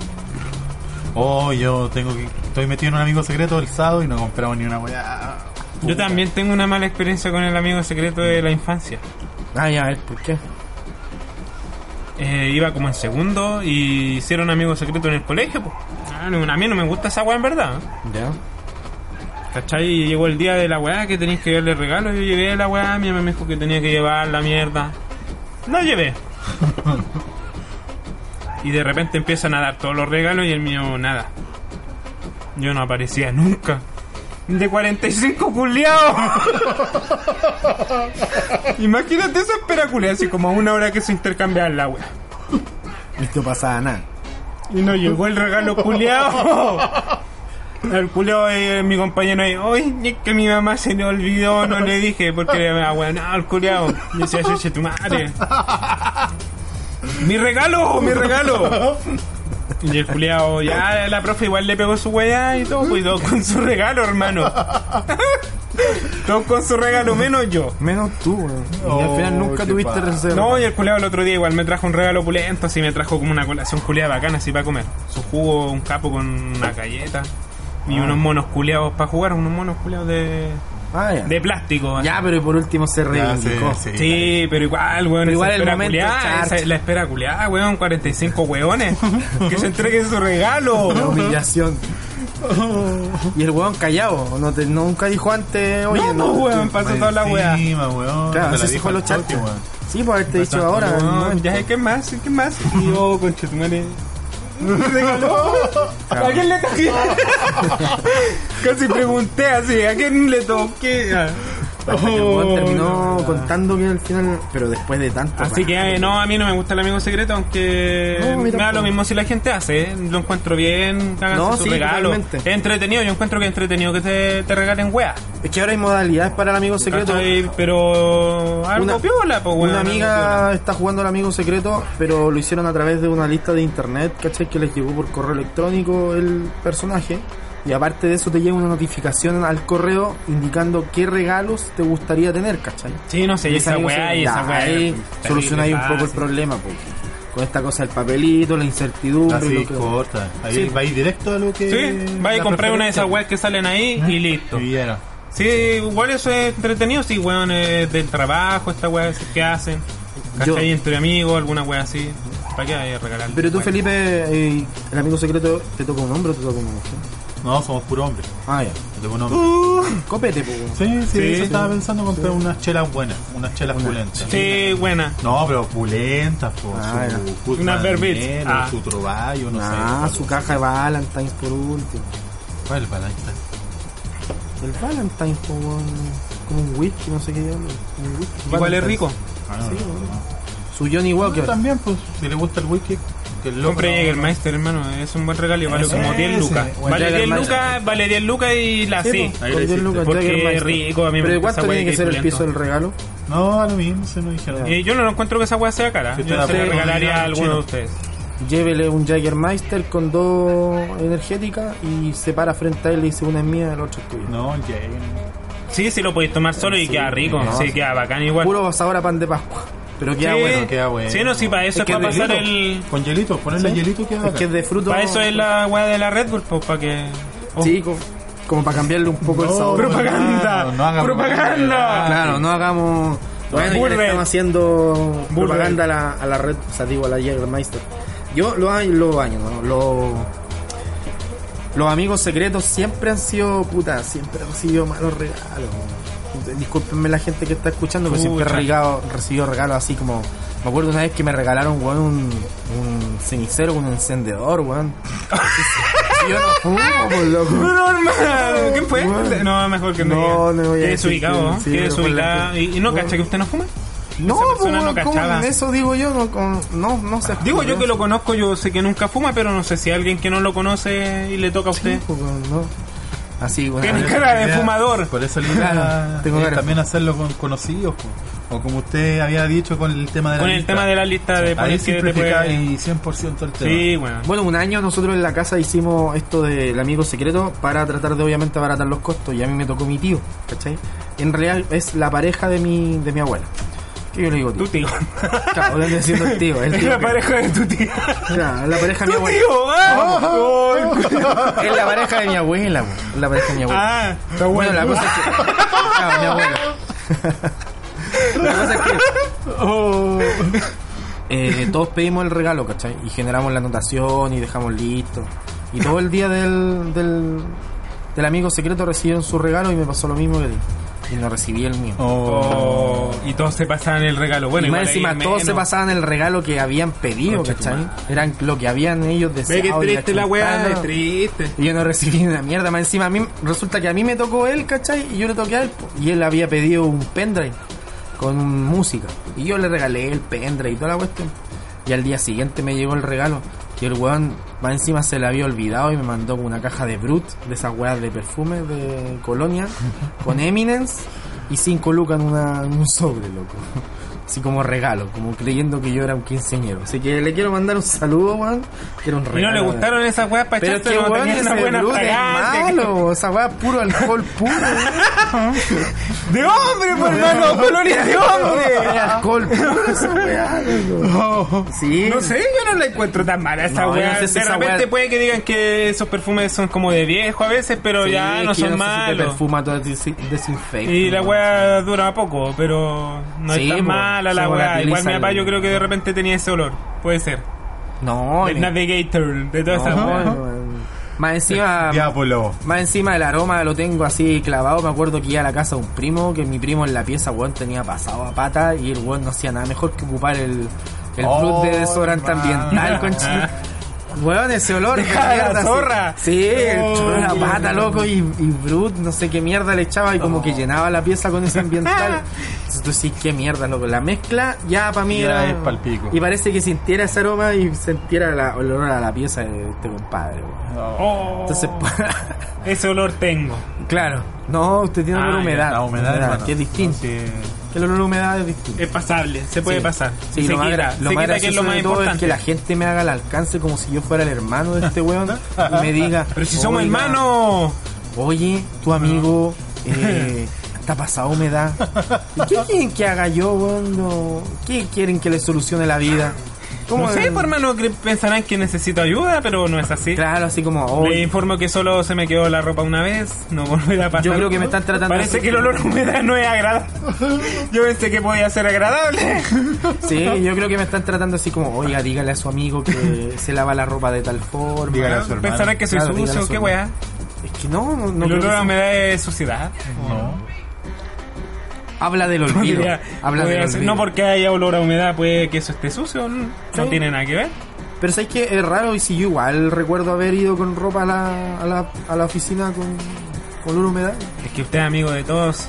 C: Oh, yo tengo que. Estoy metido en un amigo secreto el sábado y no he comprado ni una weá.
B: Yo también tengo una mala experiencia con el amigo secreto de la infancia.
A: Ah, ya, a ver, ¿por qué?
B: Eh, iba como en segundo y hicieron amigo secreto en el colegio. po. Ah, no, a mí no me gusta esa weá en verdad.
A: Ya.
B: ¿Cachai? Y llegó el día de la weá que tenéis que llevarle regalo. Yo llevé la weá, mi mamá me dijo que tenía que llevar la mierda. No llevé. y de repente empiezan a dar todos los regalos y el mío nada. Yo no aparecía nunca. de 45 culiados. Imagínate esa espera culiada, así como a una hora que se intercambiaban la wea.
A: Y no pasaba nada.
B: Y no llegó el regalo culiado. El culiao, eh, mi compañero ahí, oye, es que mi mamá se le olvidó, no le dije, porque le había aguanado el culiao. Y decía, "Chuche tu madre. ¡Mi regalo! ¡Mi regalo! Y el culiao, ya la profe igual le pegó su weá y todo, pues, y todos con su regalo, hermano. [laughs] Todos con su regalo, menos yo.
A: Menos tú, weón. y al
C: Oh,
A: final nunca
C: qué
A: tuviste
C: padre.
A: reserva.
B: No, y el culeado el otro día igual me trajo un regalo pulento, así me trajo como una colación culeada bacana, así para comer. Su jugo, un capo con una galleta y unos monos culeados para jugar, unos monos culeados de,
A: Ah, ya.
B: de plástico. así.
A: Ya, pero por último se
C: Ya,
A: reivindicó.
C: sí, sí.
B: Sí, pero igual, weón,
A: Pero igual
B: esa
A: el
B: espera
A: momento
B: culeada,
A: es
B: esa-
A: charcha.
B: la espera culeada, weón,
A: [laughs]
B: 45 weones, que se entregue su regalo.
A: La humillación.
C: Oh.
A: y el weón callado, no te, nunca dijo antes, oye,
B: no,
A: no.
B: weón, pasó toda la weá.
C: Encima,
A: Claro,
C: weón. pues, Te la
A: así se
C: dijo
A: fue
C: al
A: los charcos.
C: toque, weón.
A: Sí, por haberte dicho
C: Bastante,
A: ahora.
B: No,
A: no,
B: ya, ¿qué más? ¿Qué más? oh, Y yo, conchetumare. me regaló. ¿A quién le toqué? Casi pregunté así, ¿a quién le toqué?
A: hasta que el weón
B: Oh,
A: terminó contando que al final, pero después de tanto.
B: Así que eh, no, a mí no me gusta el amigo secreto, aunque
A: No, a mí
B: me da
A: tampoco.
B: lo mismo si la gente hace, eh, lo encuentro bien, háganse
A: No,
B: su
A: sí,
B: regalo.
A: totalmente.
B: Es entretenido, yo encuentro que es entretenido que te, te regalen weas.
A: Es que ahora hay modalidades para el amigo secreto.
B: ¿cachai? Pero algo
A: Una-
B: piola, pues
A: Una amiga está jugando al amigo secreto, pero lo hicieron a través de una lista de internet, ¿cachai? Que les llegó por correo electrónico el personaje. Y aparte de eso te llega una notificación al correo indicando qué regalos te gustaría tener, ¿cachai?
B: Sí, no sé, y esa
A: Amigo
B: weá, y
A: secreto,
B: esa
A: ya,
B: weá.
A: Ahí
B: terrible,
A: solucionáis un poco el
B: fácil.
A: problema, pues. Con esta cosa del papelito, la
B: Ah,
A: incertidumbre.
C: Así
A: lo que-
C: corta. Ahí
A: Sí.
C: va a ir directo a lo que.
B: Sí, vaya a
C: la
B: comprar una de
C: preferencia.
B: esas weas que salen ahí y listo.
C: Y ya era.
B: Sí, igual eso es entretenido, sí, weón, eh, del trabajo, esta wea que hacen. ¿Cachai?
A: Yo-
B: Entre amigos, alguna wea así. ¿Para qué hay regalar?
A: Pero tú, Felipe, eh, el amigo secreto, ¿te toca un hombre o te toca una mujer?
C: No, somos puro hombre.
A: Ah, ya.
C: Yo tengo un hombre.
A: Copete, pues.
C: Sí, sí,
B: Sí,
C: eso
B: sí.
C: estaba pensando comprar unas chelas buenas, unas chelas pulentas.
B: Sí, buena.
C: No, pero pulentas, po,
A: Ah, ya.
C: su Good
B: Unas Verbitz.
C: Marinero,
B: Ah.
C: su troballo, no
A: Ah,
C: sé.
A: su caja de Valentine's por último.
C: ¿Cuál para ahí está?
A: El Valentine's como, como un whisky, no sé qué diablo. un whisky.
B: Igual es
A: Valentine's.
B: rico.
C: Ah, no, no, no.
A: Su Johnny Walker.
C: Yo también, pues, si le gusta el whisky, que el loco
B: Compre
C: no-
B: Jägermeister, hermano, es un buen regalo y vale
C: Ese,
B: como 10 lucas.
C: ese, buen
B: Vale 10
A: Jägermeister.
B: lucas, vale 10 lucas y la
A: Sí,
B: sí.
A: po,
C: ahí
A: con
C: le
A: 10 lucas,
B: porque
A: Jägermeister.
B: es rico, a mí me
A: Pero
B: gusta
A: ¿cuánto
B: esa
A: tiene
B: wea
A: que
B: que
A: ser el
B: es
A: piso del
B: pulento.
A: regalo?
C: No, a lo mismo, se nos dijeron.
B: Y yo no encuentro que esa weá sea cara.
C: Sí, te
B: Yo
C: la
B: se la
C: puedo
B: regalaría a
C: mandar,
B: alguno de
C: chino.
B: ustedes.
A: Llévele un Jägermeister con dos energéticas y se para frente a él y dice una es mía, el otro es tuyo.
C: No, ya. eh.
B: Sí, sí lo podéis tomar solo y queda rico.
A: no,
B: Sí,
A: sí.
B: queda bacán igual.
A: Puro sabor a pan de Pascua. Pero queda
B: sí,
A: bueno.
C: queda bueno.
B: Sí, no, sí, para eso
A: Es
B: es,
A: que
B: para
A: es
B: pasar
C: Hielito,
B: el.
C: Con hielito, ponerle
A: ¿Sí?
C: hielito queda
A: Es que es de fruto.
B: Para eso es la weá de la Red Bull, pues, para que. Oh.
A: Sí, co- como para cambiarle un poco el
C: No,
A: sabor.
C: pero-
B: ¡Propaganda!
C: Ah, No, no haga
B: ¡Propaganda!
A: Claro, no hagamos. Bueno, ya
B: Burger.
A: le estamos haciendo
B: Burger.
A: propaganda a la, a la red, o sea, digo, a la Jägermeister. Yo lo, ba- lo baño, ¿no? Lo- los amigos secretos siempre han sido, puta, siempre han recibido malos regalos. Discúlpenme la gente que está escuchando, pero siempre he
B: Pucha.
A: regado- recibido regalos así como. Me acuerdo una vez que me regalaron, weón, un, un cenicero con un encendedor,
B: [laughs]
A: weón. Si yo no fumo, por loco.
B: Pero, hermano, ¿quién fue?
A: Bueno.
B: No, mejor que
A: No,
B: diga.
A: no voy a
B: Qué
A: decir
B: desubicado,
A: quién,
B: ¿no?
A: sí,
B: Qué
A: pero fue
B: desubicado.
A: la-
B: ¿Y, y no
A: Bueno.
B: cacha que usted no fuma?
A: No,
B: Esa persona
A: pues,
B: no
A: ¿cómo?
B: cachaba.
A: eso digo yo, no, con- no, no se
B: Digo yo
A: no
B: que lo conozco, yo sé que nunca fuma, pero no sé si alguien que no lo conoce y le toca a usted.
A: Sí, pues, weón, ¿no? Así, bueno.
B: Tiene
C: Por
B: que- [laughs]
C: eso
B: cara de
C: la idea-
B: fumador.
C: Por eso la idea
B: [laughs]
A: Claro, tengo
C: es
A: cara.
C: también hacerlo con conocidos, po. o como usted había dicho con el tema de la
B: Con el
C: lista.
B: tema de la lista de
C: Ahí
B: poner que te
C: simplifica
B: puede-
C: y 100% el tema.
B: Sí, bueno.
A: Bueno, un año nosotros en la casa hicimos esto del amigo secreto para tratar de obviamente abaratar los costos y a mí me tocó mi tío, ¿cachai? En realidad es la pareja de mi, de mi abuela. Que yo le digo
B: Tu
A: tío.
B: tío. [laughs]
A: Claro, le estoy diciendo el tío. El
B: Es
A: tío
B: la
A: que-
B: pareja de tu tía.
A: Claro, la pareja de mi
B: ¡Tu
A: abuela.
B: tío! ¡Ah! Oh, el culiao.
A: Es la pareja de mi abuela, weón. Es la pareja de mi abuela.
B: Ah, está
A: bueno,
B: bueno.
A: la cosa es [laughs] que. Claro, mi abuela. la cosa es que. Oh. Eh, todos pedimos el regalo, ¿cachai? Y generamos la anotación y dejamos listo. Y todo el día del, del, del amigo secreto recibieron su regalo y me pasó lo mismo que a ti. y no recibí el mío.
B: Oh, y todos se pasaban el regalo. Bueno,
A: y más
B: igual ahí
A: encima todos
B: menos.
A: se pasaban el regalo que habían pedido,
B: Concha tu
A: ¿cachai? Eran lo que habían ellos deseado.
B: Ve que
A: y
B: triste la weá,
A: chuntana.
B: es triste.
A: Y yo no recibí ni una mierda. Más encima a mí resulta que a mí me tocó él, ¿cachai? Y yo le toqué a él. po. Y él había pedido un pendrive con música. Y yo le regalé el pendrive y toda la cuestión. Y al día siguiente me llegó el regalo. Y el weón más encima se le había olvidado y me mandó una caja de Brut, de esas weas de perfume de Colonia, con Eminence y cinco lucas en, una- en un sobre, loco. Así como regalo, como creyendo que yo era un quinceañero. Así que le quiero mandar un saludo, weón. Que era un
B: Y
A: regalo.
B: no le
A: weón.
B: gustaron esas weas para
A: Pero
B: echarse,
A: es que
B: no
A: weón,
B: tenían
A: ese
B: una buena
A: Brut es
B: fragancia.
A: malo, esa weá es puro alcohol
B: [laughs]
A: puro.
B: De hombre, pues, hermano, colores de
A: Es
B: hombre.
A: alcohol puro esa weá, loco. Sí.
B: [laughs] No sé, yo no la encuentro tan mala esa
A: No, yo
B: weá.
A: no sé si
B: de
A: esa
B: repente
A: weá-
B: puede que digan que esos perfumes son como de viejo a veces, pero
A: Sí,
B: ya
A: es
B: no
A: que yo no
B: son
A: sé si te
B: malos.
A: perfuma todo desi- desinfecta.
B: Y la weá dura poco, pero no
A: Sí,
B: es tan
A: po,
B: mala la
A: se
B: weá.
A: volatiliza
B: Igual mi
A: el-
B: papá yo creo que de repente tenía ese olor. Puede ser.
A: No,
B: El
A: ni-
B: Navigator, de todas
A: no,
B: esas weas.
A: weón. Más encima.
C: Diablo.
A: Más encima el aroma lo tengo así clavado. Me acuerdo que iba a la casa de un primo, que mi primo en la pieza, weón, tenía pasado a pata y el weón no hacía nada mejor que ocupar el, el
C: Oh,
A: Brut de desodorante
C: hermano.
A: ambiental, conchita.
C: [laughs]
A: Weón, ese olor. qué
B: Dejaba la
A: mierda, sí.
B: zorra.
A: Sí,
B: Oh,
A: el chorro de la
B: qué
A: pata,
B: lindo.
A: loco, y, y Brut, no sé qué mierda le echaba y como
C: Oh.
A: que llenaba la pieza con ese
C: [laughs]
A: ambiental. Entonces tú sí, qué mierda, loco. La mezcla ya para mí
C: Ya
A: era.
C: es pa'l pico.
A: Y parece que sintiera ese aroma y sintiera la, el olor a la pieza de este compadre, weón.
B: Oh,
A: Entonces, [laughs]
C: Oh.
B: ese olor tengo.
A: Claro. No, usted tiene
C: Ah,
A: olor a
C: ya,
A: humedad.
C: la humedad, hermano.
A: que es distinto. Que el olor a humedad es distinto.
B: Es pasable, se Eh, puede
A: Sí.
B: pasar.
A: Sí,
B: se
A: lo más
B: quita,
A: gra- lo
B: se
A: más
B: quita que es
A: gracioso
B: lo más
A: de todo
B: importante.
A: es que la gente me haga el alcance como si yo fuera el hermano de este weón y me diga...
B: [laughs] Pero si somos
A: "Oiga,
B: hermanos.
A: Oye, tu
B: [laughs]
A: amigo... Eh, Está pasado humedad. ¿Y ¿Qué quieren que haga yo, weón? No. ¿Qué quieren que le solucione la vida?
B: No sé,
A: el-
B: por hermano, que pensarán que necesito ayuda, pero no es así.
A: Claro, así como... "Oh,
B: Le informo que solo se me quedó la ropa una vez, no volverá a pasar.
A: Yo creo que me están tratando
B: Parece
A: así.
B: que el olor a humedad no
A: [laughs]
B: es agradable. Yo pensé que podía ser agradable.
A: Sí, yo creo que me están tratando así como... Oiga, dígale a su amigo que se lava la ropa de tal forma.
C: Dígale a su hermano.
B: Pensarán que soy
A: Claro, dígale a
B: sucio,
A: su
B: qué
A: hermano.
B: weá.
A: Es que no, no, no
B: el
A: creo que
B: olor a
A: sea-
B: humedad es suciedad.
C: No.
A: Habla del olvido.
B: Podría-
A: habla
B: podría
A: del
B: ser-
A: olvido.
B: no porque haya olor a humedad, puede que eso esté sucio. No, no
A: Sí.
B: tiene nada que ver.
A: Pero sabes que es raro y si yo igual recuerdo haber ido con ropa a la, a la, a la oficina con, con olor a humedad.
B: Es que usted es amigo de
A: [laughs]
B: todos.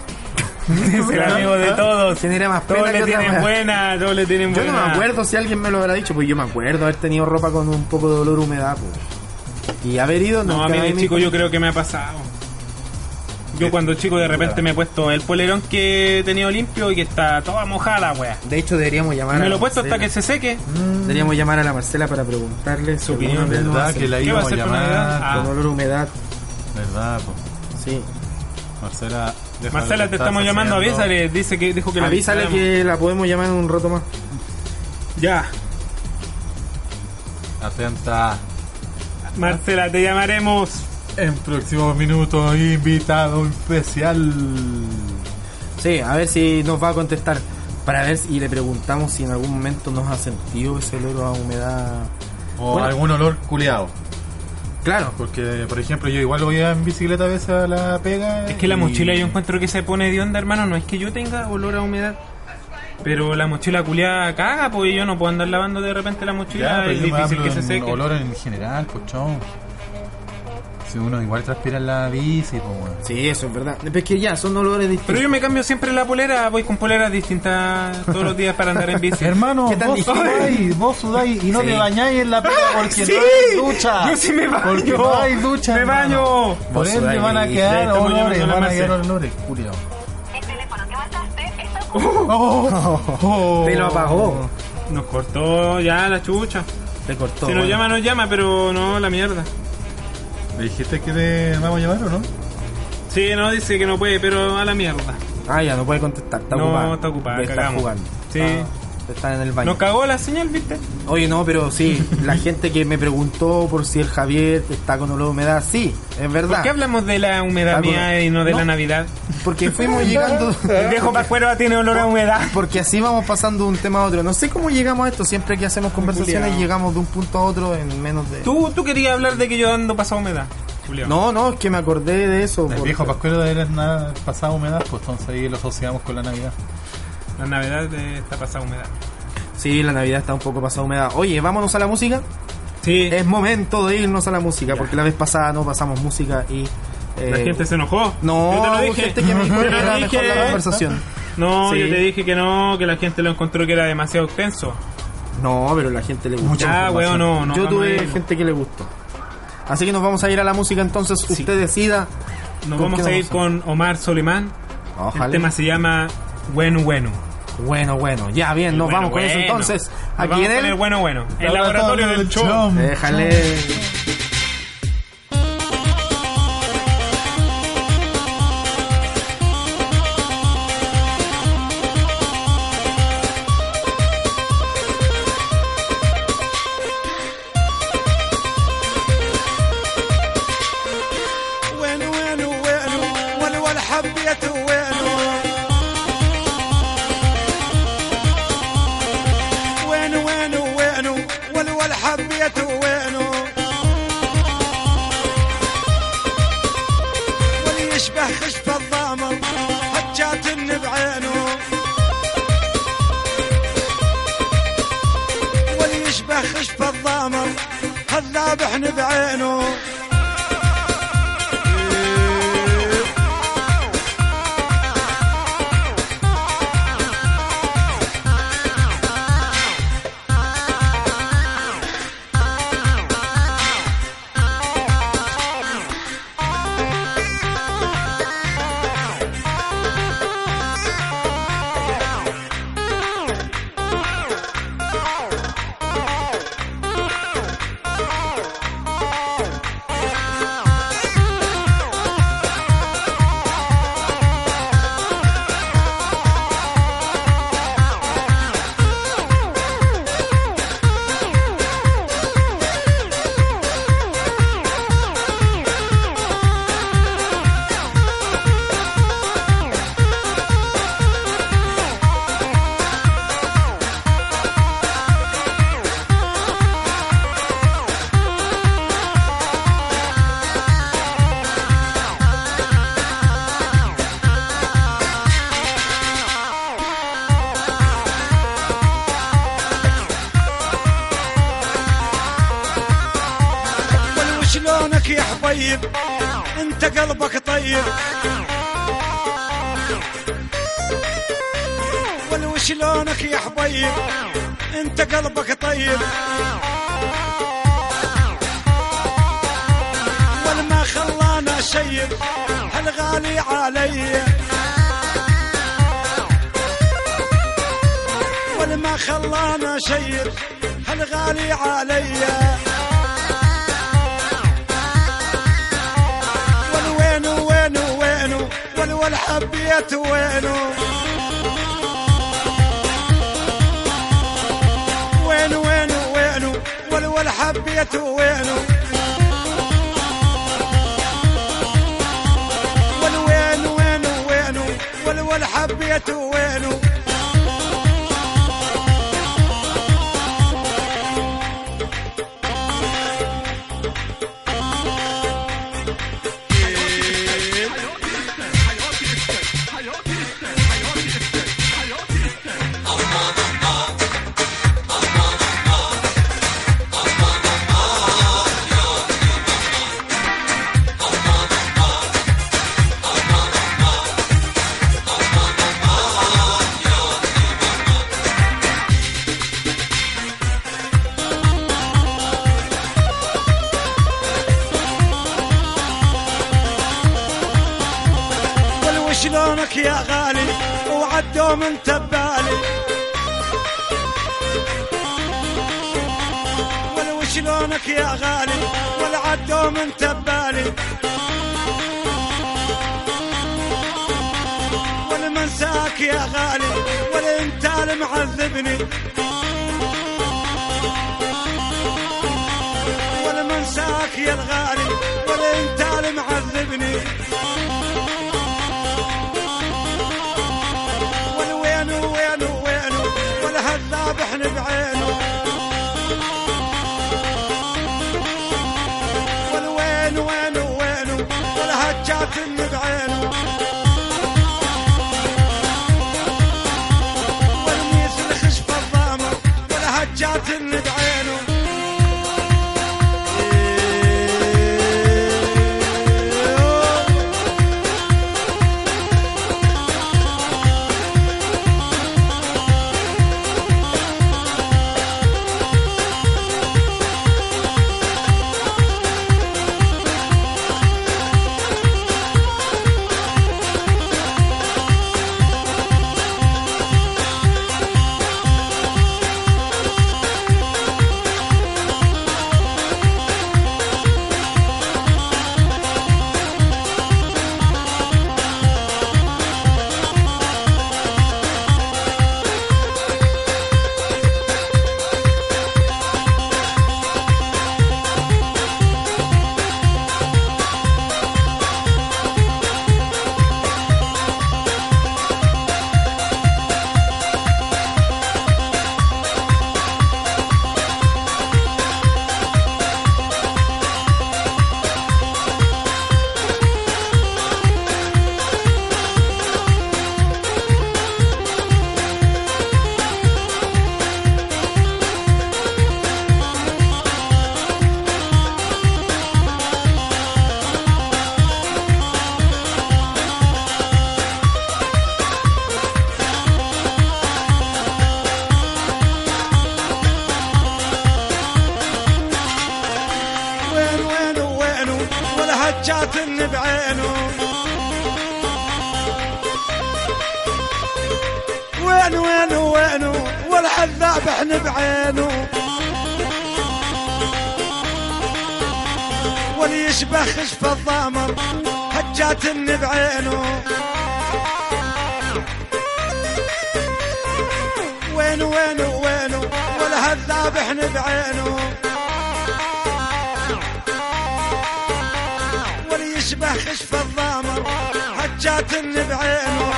B: Usted es el amigo de todos.
A: Genera más pena
B: Todos
A: que
B: le
A: otra
B: tienen
A: wea.
B: buena, todos le tienen
A: Yo
B: buena.
A: no me acuerdo si alguien me lo habrá dicho, pues yo me acuerdo haber tenido ropa con un poco de olor a humedad. pues. Y haber ido,
B: No,
A: nunca
B: a mí de
A: me-
B: chico yo creo que me ha pasado.
A: Eh,
B: Yo cuando chico de repente me he puesto el polerón que he tenido limpio y que está toda mojada, wea.
A: De hecho deberíamos llamar a
B: Me lo
A: la
B: he puesto hasta que
A: Marcela.
B: se seque.
A: Deberíamos llamar a la Marcela para preguntarle
B: Su
A: si alguna
B: opinión,
A: vez nos
C: ¿Verdad
A: hacen
C: que la
B: ¿Qué va a
C: íbamos a
B: hacer con Ah. Navidad?
C: llamar?
A: Con olor a humedad,
C: ¿Verdad, po?
A: sí.
C: Marcela. deja
B: Marcela, te
C: lo que
B: estamos
C: estás
B: llamando,
C: haciendo.
B: avísale. Dice que dijo que la
A: Avísale
B: avisáramos.
A: que la podemos llamar en un rato más.
B: Ya.
C: Atenta.
B: Marcela, te llamaremos.
C: En próximos minutos, invitado especial.
A: Sí, a ver si nos va a contestar. Para ver si y le preguntamos si en algún momento nos ha sentido ese olor a humedad.
C: O
A: Bueno.
C: algún olor culeado.
A: Claro.
C: Porque, por ejemplo, yo igual voy en bicicleta a veces a la pega.
B: Es que la
C: y-
B: mochila yo encuentro que se pone de onda, hermano. No es que yo tenga olor a humedad. Pero la mochila culiada caga, porque yo no puedo andar lavando de repente la
C: Ya, pues,
B: mochila.
C: pero
B: es
C: yo me
B: difícil
C: hablo
B: que se
C: en
B: seque.
C: olor en general, cochón. Si uno igual transpira en la bici, pues, weón.
A: Sí, eso es verdad. Es que ya, son olores
B: Pero
A: distintos.
B: yo me cambio siempre la polera, voy con poleras distintas todos los días para andar en bici.
C: [laughs] Hermano,
A: ¿Qué tan
C: vos
A: distinto?
C: sudáis, vos sudáis y no
A: Sí.
C: te bañáis en la pega porque
B: Ah, Sí,
C: no hay
B: [laughs]
C: ducha.
B: yo sí me baño.
C: Porque no hay ducha.
B: Me
C: hermano.
B: baño.
C: Por
A: Vos
C: ende
A: sudáis,
C: van a
A: le
C: quedar
B: estamos
C: olores,
B: llamando a la
C: van a quedar
B: Marcela.
C: olores, curio.
D: El teléfono que marcaste está ocup-
C: Oh, oh.
A: Te lo apagó.
B: Nos cortó ya la chucha.
A: Te cortó.
B: Si nos
A: bueno.
B: llama, nos llama, pero no, la mierda.
C: ¿Le dijiste que te vamos a llevar o no?
B: Sí, no, dice que no puede, pero a la mierda.
A: Ah, ya, no puede contestar. Está
B: no,
A: ocupada.
B: está ocupada,
A: Debe estar
B: cagamos.
A: jugando.
B: Sí.
A: Está en el baño.
B: Nos cagó la señal, ¿viste?
A: Oye, no, pero
B: [laughs]
A: sí, la gente que me preguntó por si el Javier está con olor a humedad, sí, es
B: ¿Por
A: verdad.
B: qué hablamos de la humedad
A: Está con-
B: mía y no de
A: No.
B: la Navidad?
A: Porque
B: [laughs]
A: fuimos llegando.
B: El viejo Pascuero tiene olor a humedad.
A: Porque así vamos pasando de un tema a otro. No sé cómo llegamos a esto. Siempre que hacemos conversaciones,
B: Culeado.
A: llegamos de un punto a otro en menos de.
B: Tú, tú querías hablar de que yo ando pasado humedad. culiao.
A: No, no, es que me acordé de eso.
C: El
A: por-
C: viejo Pascuero era nada pasada humedad, pues entonces ahí lo asociamos con la Navidad.
B: La Navidad eh, está pasada humedad.
A: Sí, la Navidad está un poco pasada humedad. Oye, vámonos a la música.
B: Sí,
A: Es momento de irnos a la música, porque la vez pasada no pasamos música y... eh,
B: la gente se enojó.
A: No,
B: yo te lo dije.
A: gente que me dijo
B: Yo
A: que
B: te
A: era
B: lo
A: mejor la
B: dije.
A: conversación.
B: No,
A: Sí.
B: yo te dije que no, que la gente lo encontró que era demasiado extenso.
A: No, pero la gente le gustó.
B: Ya, weón, no, no.
A: Yo
B: vamos a
A: tuve
B: ir.
A: gente que le gustó. Así que nos vamos a ir a la música entonces. Usted decida.
B: Nos
A: ¿con
B: vamos
A: qué
B: a ir con Omar Solimán. El tema se llama Bueno Bueno.
A: Bueno, bueno, ya bien, nos
B: Bueno,
A: vamos con eso
B: bueno.
A: entonces.
B: Nos
A: Aquí
B: vamos
A: en el.
B: con el Bueno Bueno. El laboratorio del show. [laughs]
A: Déjale.
E: وين وين وين وين ولا حبيت وين وين وين وين وين ولا حبيت وين واللي يشبه خشب الضامر هجات بعينه واللي يشبه خشب الضامر هالذابح بعينه ولو شلونك يا حبيب انت قلبك طيب ولو شلونك يا حبيب انت قلبك طيب والما خلانا شيب هالغالي علي والما خلانا شيب هالغالي عليّ والوين وين وين والول حبيت وين وين وين وين والول حبيت وين والوين وين وين والول حبيت وين ولو شلونك يا غالي وعدوا من تبالي ولو شلونك يا غالي ولا عدوا من تبالي ولا منساك يا غالي ولا انت المعذبني ولا منساك يا الغالي ولا انت المعذبني وين وين وين وين ولا هالذابح بعينه وين وين وين جات بعينه والميس الخشب الضامر والهجات بعينه إيه. وين وين وين ولا هجات بعينه وين وين وين ولا حذاب احنا بعينه ولا يشبه خشب الضامر هجات بعينه وين وين وين ولا هذاب احنا بعينه واللي يشبه خشب الضامر حجات بعينه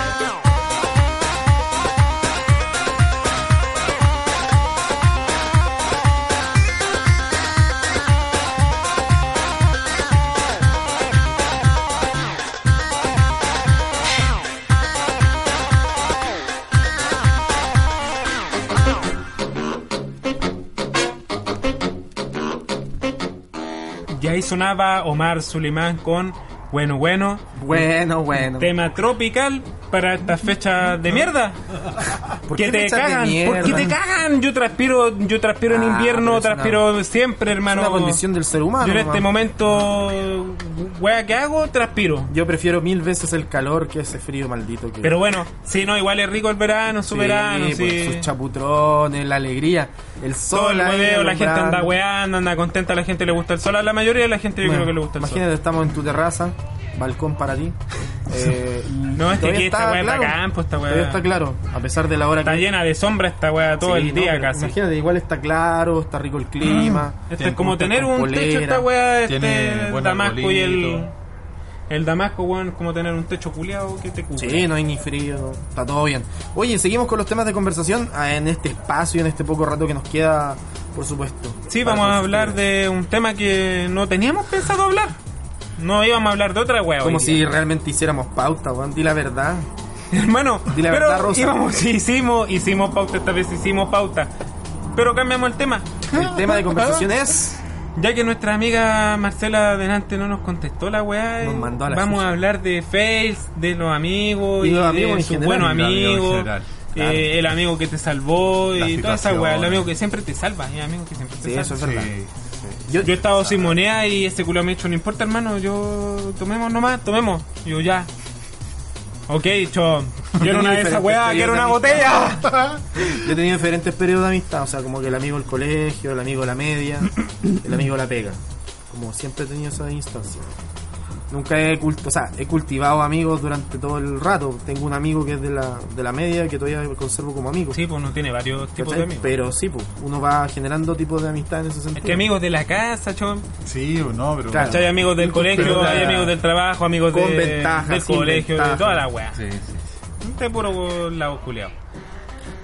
B: Y ahí sonaba Omar Suleiman con Bueno Bueno,
A: Bueno, bueno.
B: tema tropical para estas fechas de mierda.
A: ¿Por
B: que
A: qué
B: te
A: fechas de
B: cagan,
A: mierda?
B: porque te cagan. Yo transpiro, yo transpiro en
A: Ah, pero
B: invierno,
A: es una-
B: transpiro siempre, hermano.
A: es una condición del ser humano,
B: Yo en
A: nomás.
B: este momento, wea que hago, transpiro.
A: Yo prefiero mil veces el calor que ese frío maldito que.
B: Pero bueno, sí, no, igual es rico el verano, su
A: Sí,
B: verano,
A: pues,
B: sí.
A: Sus chaputrones, la alegría, el sol.
B: Todo el
A: ahí
B: hueveo, la gente
A: alumbrando.
B: anda weando, anda contenta, a la gente le gusta el sol. A la mayoría de la gente yo
A: Bueno,
B: creo que le gusta el sol.
A: Imagínate, estamos en tu terraza, balcón para
B: [laughs]
A: ti. Eh, y
B: No, es que
A: todavía
B: aquí esta
A: está
B: weá es
A: claro,
B: bacán, pues, esta weá.
A: Todavía está claro, a pesar de la hora
B: Está
A: que
B: llena de sombra esta weá todo
A: Sí,
B: el
A: no,
B: día
A: pero
B: casi. Esto
A: Imagínate, igual está claro, está rico el clima.
B: es Este, como
A: gusta
B: tener
A: con
B: un techo
A: polera,
B: esta weá,
C: tiene
B: este
C: buen
B: Damasco y el...
C: arbolito.
B: El Damasco, weón, es como tener un techo culiado que te cubre.
A: Sí, no hay ni frío, no, está todo bien. Oye, seguimos con los temas de conversación ah, en este espacio, en este poco rato que nos queda, por supuesto.
B: Sí,
A: para
B: vamos a
A: consultar.
B: hablar de un tema que no teníamos pensado hablar. No íbamos a hablar de otra weá.
A: Como
B: hoy día.
A: si
B: [laughs]
A: realmente hiciéramos pauta, weón, di la verdad.
B: Hermano,
A: Di la
B: pero
A: verdad, Rosa.
B: íbamos, hicimos, hicimos pauta, esta vez hicimos pauta. Pero cambiamos el tema. [laughs]
A: El tema de conversación es...
B: Ya que nuestra amiga Marcela delante no nos contestó la weá,
A: Nos
B: eh,
A: mandó a la
B: vamos
A: chucha.
B: a hablar de fails, de los amigos
A: Y los amigos
B: de
A: en
B: sus
A: general.
B: buenos
C: Y los amigos en
B: amigos,
C: general,
A: claro.
B: eh, el amigo que te salvó y
C: Las
B: toda esa weá, el
C: situaciones.
B: amigo que siempre te salva, el amigo que siempre te
A: Sí, eso
B: salva.
A: es verdad.
C: Sí.
A: Yo,
B: Yo he estado sin moneda y este culo me ha dicho, no importa hermano, yo tomemos nomás, tomemos. Y yo ya. Ok, yo
A: [laughs]
B: quiero una de esas weá, quiero una botella.
A: yo he tenido diferentes periodos de amistad, o sea, como que el amigo del colegio, el amigo de la media, el amigo de la pega. Como siempre he tenido esa instancia. Nunca he, culto, o sea, he cultivado amigos durante todo el rato. Tengo un amigo que es de la, de la media que todavía conservo como amigo.
B: Sí, pues uno tiene varios tipos
A: ¿cachai?
B: de amigos.
A: Pero sí, pues, uno va generando tipos de amistad en ese
B: Es
A: sentido.
B: que amigos de la casa, chon.
C: Sí, o no, pero.
A: Claro.
B: Hay amigos del colegio,
C: la-
B: hay amigos del trabajo, amigos
A: con
B: de-
A: ventaja,
B: del
A: sin
B: colegio,
A: ventaja.
B: de toda la weá.
C: Sí, sí.
B: Este puro lado culiao.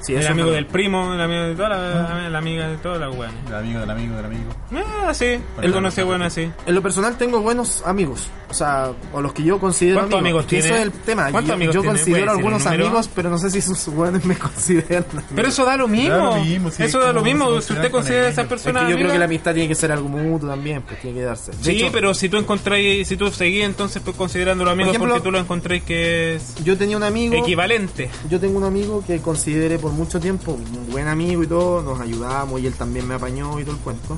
A: Sí,
B: el
A: eso Ah.
B: amigo
A: es
B: del primo, el amigo de toda la, la amiga de todas las weones.
C: Del amigo, del amigo, del amigo.
B: Ah, así. Él
C: Él-
B: conoce bueno así.
A: En lo personal tengo buenos amigos, o sea, o los que yo considero
B: ¿Cuántos amigos
A: que Eso
B: tiene?
A: es el tema.
B: ¿Cuántos
A: Yo,
B: amigos
A: yo
B: tiene?
A: considero
B: ¿Puede decir un
A: algunos
B: número?
A: amigos, pero no sé si sus buenos me [laughs] consideran.
B: Pero eso da lo mismo.
C: Da lo mismo, sí,
B: eso da lo
C: como
B: mismo.
C: se
B: Si
C: relacionan
B: usted
C: con
B: considera a
C: el
B: esa
C: niño.
A: Es que
B: persona.
A: yo creo
B: amiga,
A: que la amistad tiene que ser algo mutuo también, pues tiene que darse. De
B: Sí,
A: hecho,
B: pero si tú encontráis, si tú seguís entonces pues, considerándolo amigo
A: Por ejemplo-
B: porque tú lo encontráis que es
A: yo tenía un amigo.
B: equivalente.
A: Yo tengo un amigo que consideré por mucho tiempo un buen amigo y todo, nos ayudamos y él también me apañó y todo el cuento.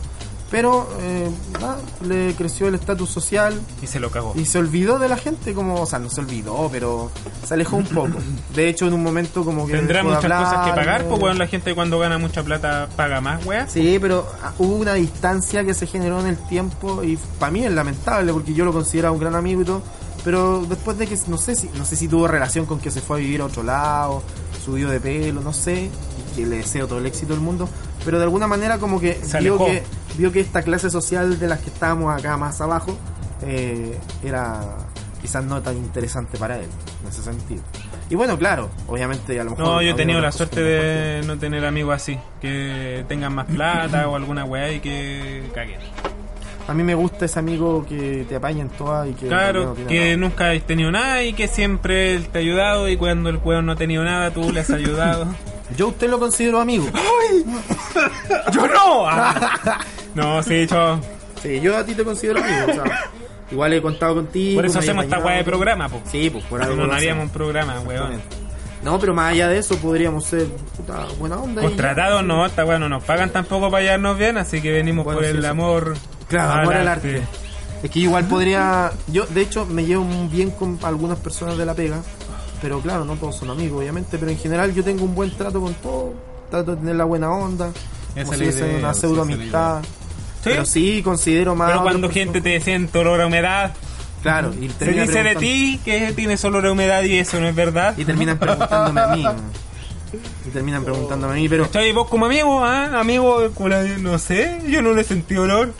A: Pero eh, nada, le creció el estatus social
B: Y se lo cagó.
A: y se olvidó de la gente, como, o sea, no se olvidó, pero se alejó un
B: [laughs]
A: poco. De hecho, en un momento como que...
B: Tendrá
A: dejó de
B: muchas cosas que
A: hablar,
B: pagar,
A: ¿no?
B: pues weón, la gente cuando gana mucha plata paga más, weón.
A: Sí, pero ah, hubo una distancia que se generó en el tiempo y para mí es lamentable porque yo lo consideraba un gran amigo y todo, pero después de que no sé si no sé si tuvo relación con que se fue a vivir a otro lado, subió de pelo, no sé, y que le deseo todo el éxito del mundo, pero de alguna manera como que
B: Se
A: vio
B: alejó.
A: que vio que esta clase social de las que estábamos acá más abajo eh, era quizás no tan interesante para él en ese sentido. Y bueno, claro, obviamente a lo mejor
B: No, yo he
A: había
B: tenido la
A: otras cosas
B: suerte
A: que mejor
B: de no tener amigos así, que tengan más plata o alguna weá y que caguen.
A: A mí me gusta ese amigo que te apaña en todas y que.
B: Claro,
A: no tiene
B: que
A: nada.
B: nunca has tenido nada y que siempre él te ha ayudado y cuando el weón no ha tenido nada tú le has ayudado.
A: [laughs] Yo a usted lo considero
B: [gasps]
A: amigo.
B: ¡Yo no! [laughs] no, sí, yo...
A: Ah. Sí, yo a ti te considero amigo. O sea, igual he contado contigo.
B: Por eso
A: me has
B: hacemos esta
A: apañado.
B: weá de programa, po.
A: pues, Sí, pues por
B: Si
A: algo.
B: no,
A: lo
B: no haríamos
A: hacemos.
B: un programa, weón.
A: Exactamente. No, pero más allá de eso podríamos ser puta, buena onda. y-
B: Contratados no, esta weá no nos pagan tampoco para hallarnos bien, así que venimos
A: Bueno,
B: por
A: sí,
B: el
A: sí.
B: amor.
A: Claro,
B: Ah,
A: amor al arte. Es que igual podría. Yo, de hecho, me llevo muy bien con algunas personas de la pega. Pero claro, no todos son amigos, obviamente. Pero en general, yo tengo un buen trato con todo. Trato de tener la buena onda.
C: Esa
A: Como
C: es
A: si
C: la
A: fuese
C: idea,
A: una
C: esa es la
A: pseudo amistad. Pero sí, considero más.
B: Pero
A: a otras
B: cuando gente te siente olor a humedad,
A: Claro, y
B: se
A: terminan
B: dice de
A: preguntando-
B: ti que tienes olor a humedad y eso no es verdad.
A: Y terminan preguntándome a mí. Y terminan preguntándome a mí, pero.
B: ¿Cachai? Vos como amigo, ah, amigo, como la- no sé, yo no le sentí olor.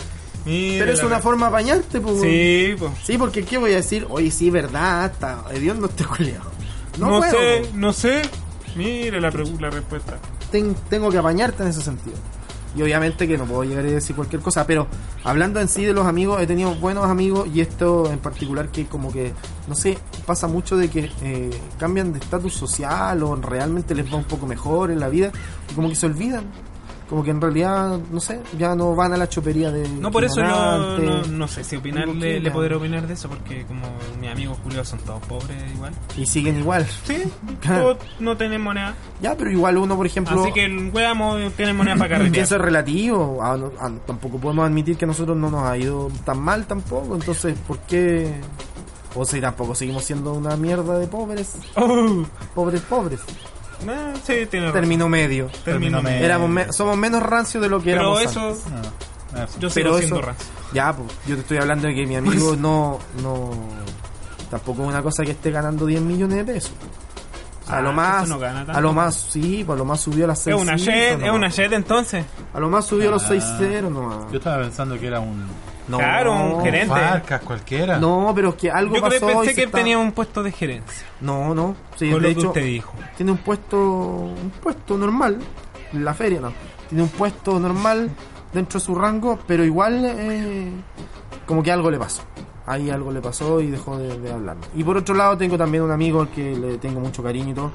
B: Mira
A: Pero es
B: la-
A: una forma de apañarte, pues.
B: Sí, pues.
A: Sí, porque ¿qué voy a decir? Oye, sí, verdad, está. Dios no estoy culiado. No,
B: No,
A: puedo.
B: sé, no sé. Mira la, pregu- la respuesta.
A: ten- tengo que apañarte en ese sentido. Y obviamente que no puedo llegar a decir cualquier cosa, pero hablando en sí de los amigos, he tenido buenos amigos y esto en particular que como que, no sé, pasa mucho de que eh, cambian de estatus social o realmente les va un poco mejor en la vida y como que se olvidan. Como que en realidad, no sé, ya no van a la chopería de...
B: No, por eso yo
A: ignorante.
B: no, no sé si opinarle,
A: Digo,
B: le
A: ¿qué?
B: podré opinar de eso, porque como mis amigos Julio son todos pobres igual.
A: Y siguen igual.
B: Sí,
A: Claro.
B: todos no tenemos nada.
A: Ya, pero igual uno, por ejemplo...
B: Así que el weamo tiene moneda
A: [laughs]
B: para
A: Que
B: carretear.
A: eso es relativo. A- a- tampoco podemos admitir que a nosotros no nos ha ido tan mal tampoco. Entonces, ¿por qué? O si tampoco seguimos siendo una mierda de pobres.
B: Oh,
A: Pobres, pobres.
B: no, sí, tiene razón.
A: Término medio.
B: Término
C: Término
B: medio.
C: medio.
A: Éramos me- somos menos rancios de lo que
B: Eh. Pero
A: éramos.
B: eso,
A: antes.
C: Ah, eso.
B: yo sigo
A: Pero
B: siendo
A: eso.
B: raso.
A: Ya, pues. Yo te estoy hablando de que mi
B: [laughs]
A: amigo no. no Tampoco es una cosa que esté ganando 10 millones de pesos. A
B: Ah,
A: lo más.
B: eso no gana tanto.
A: a lo más, sí, pues a lo más subió a las
B: Es
A: 6
B: una jet, es una jet entonces.
A: A lo más subió a los
C: Ah.
A: 6-0 nomás.
C: Yo estaba pensando que era un
A: No.
B: Claro, un gerente.
C: Farcas cualquiera.
A: [laughs] No, pero es que algo
B: Yo creo,
A: pasó. y
B: pensé
A: se
B: que él
A: está-
B: tenía un puesto de gerencia.
A: No, no. Sí,
B: Con
A: de
B: lo que
A: hecho,
B: usted dijo.
A: tiene un puesto, un puesto normal. En la feria, no. Tiene un puesto normal dentro de su rango, pero igual, eh, como que algo le pasó. Ahí algo le pasó y dejó de, de hablar. Y por otro lado, tengo también un amigo al que le tengo mucho cariño y todo.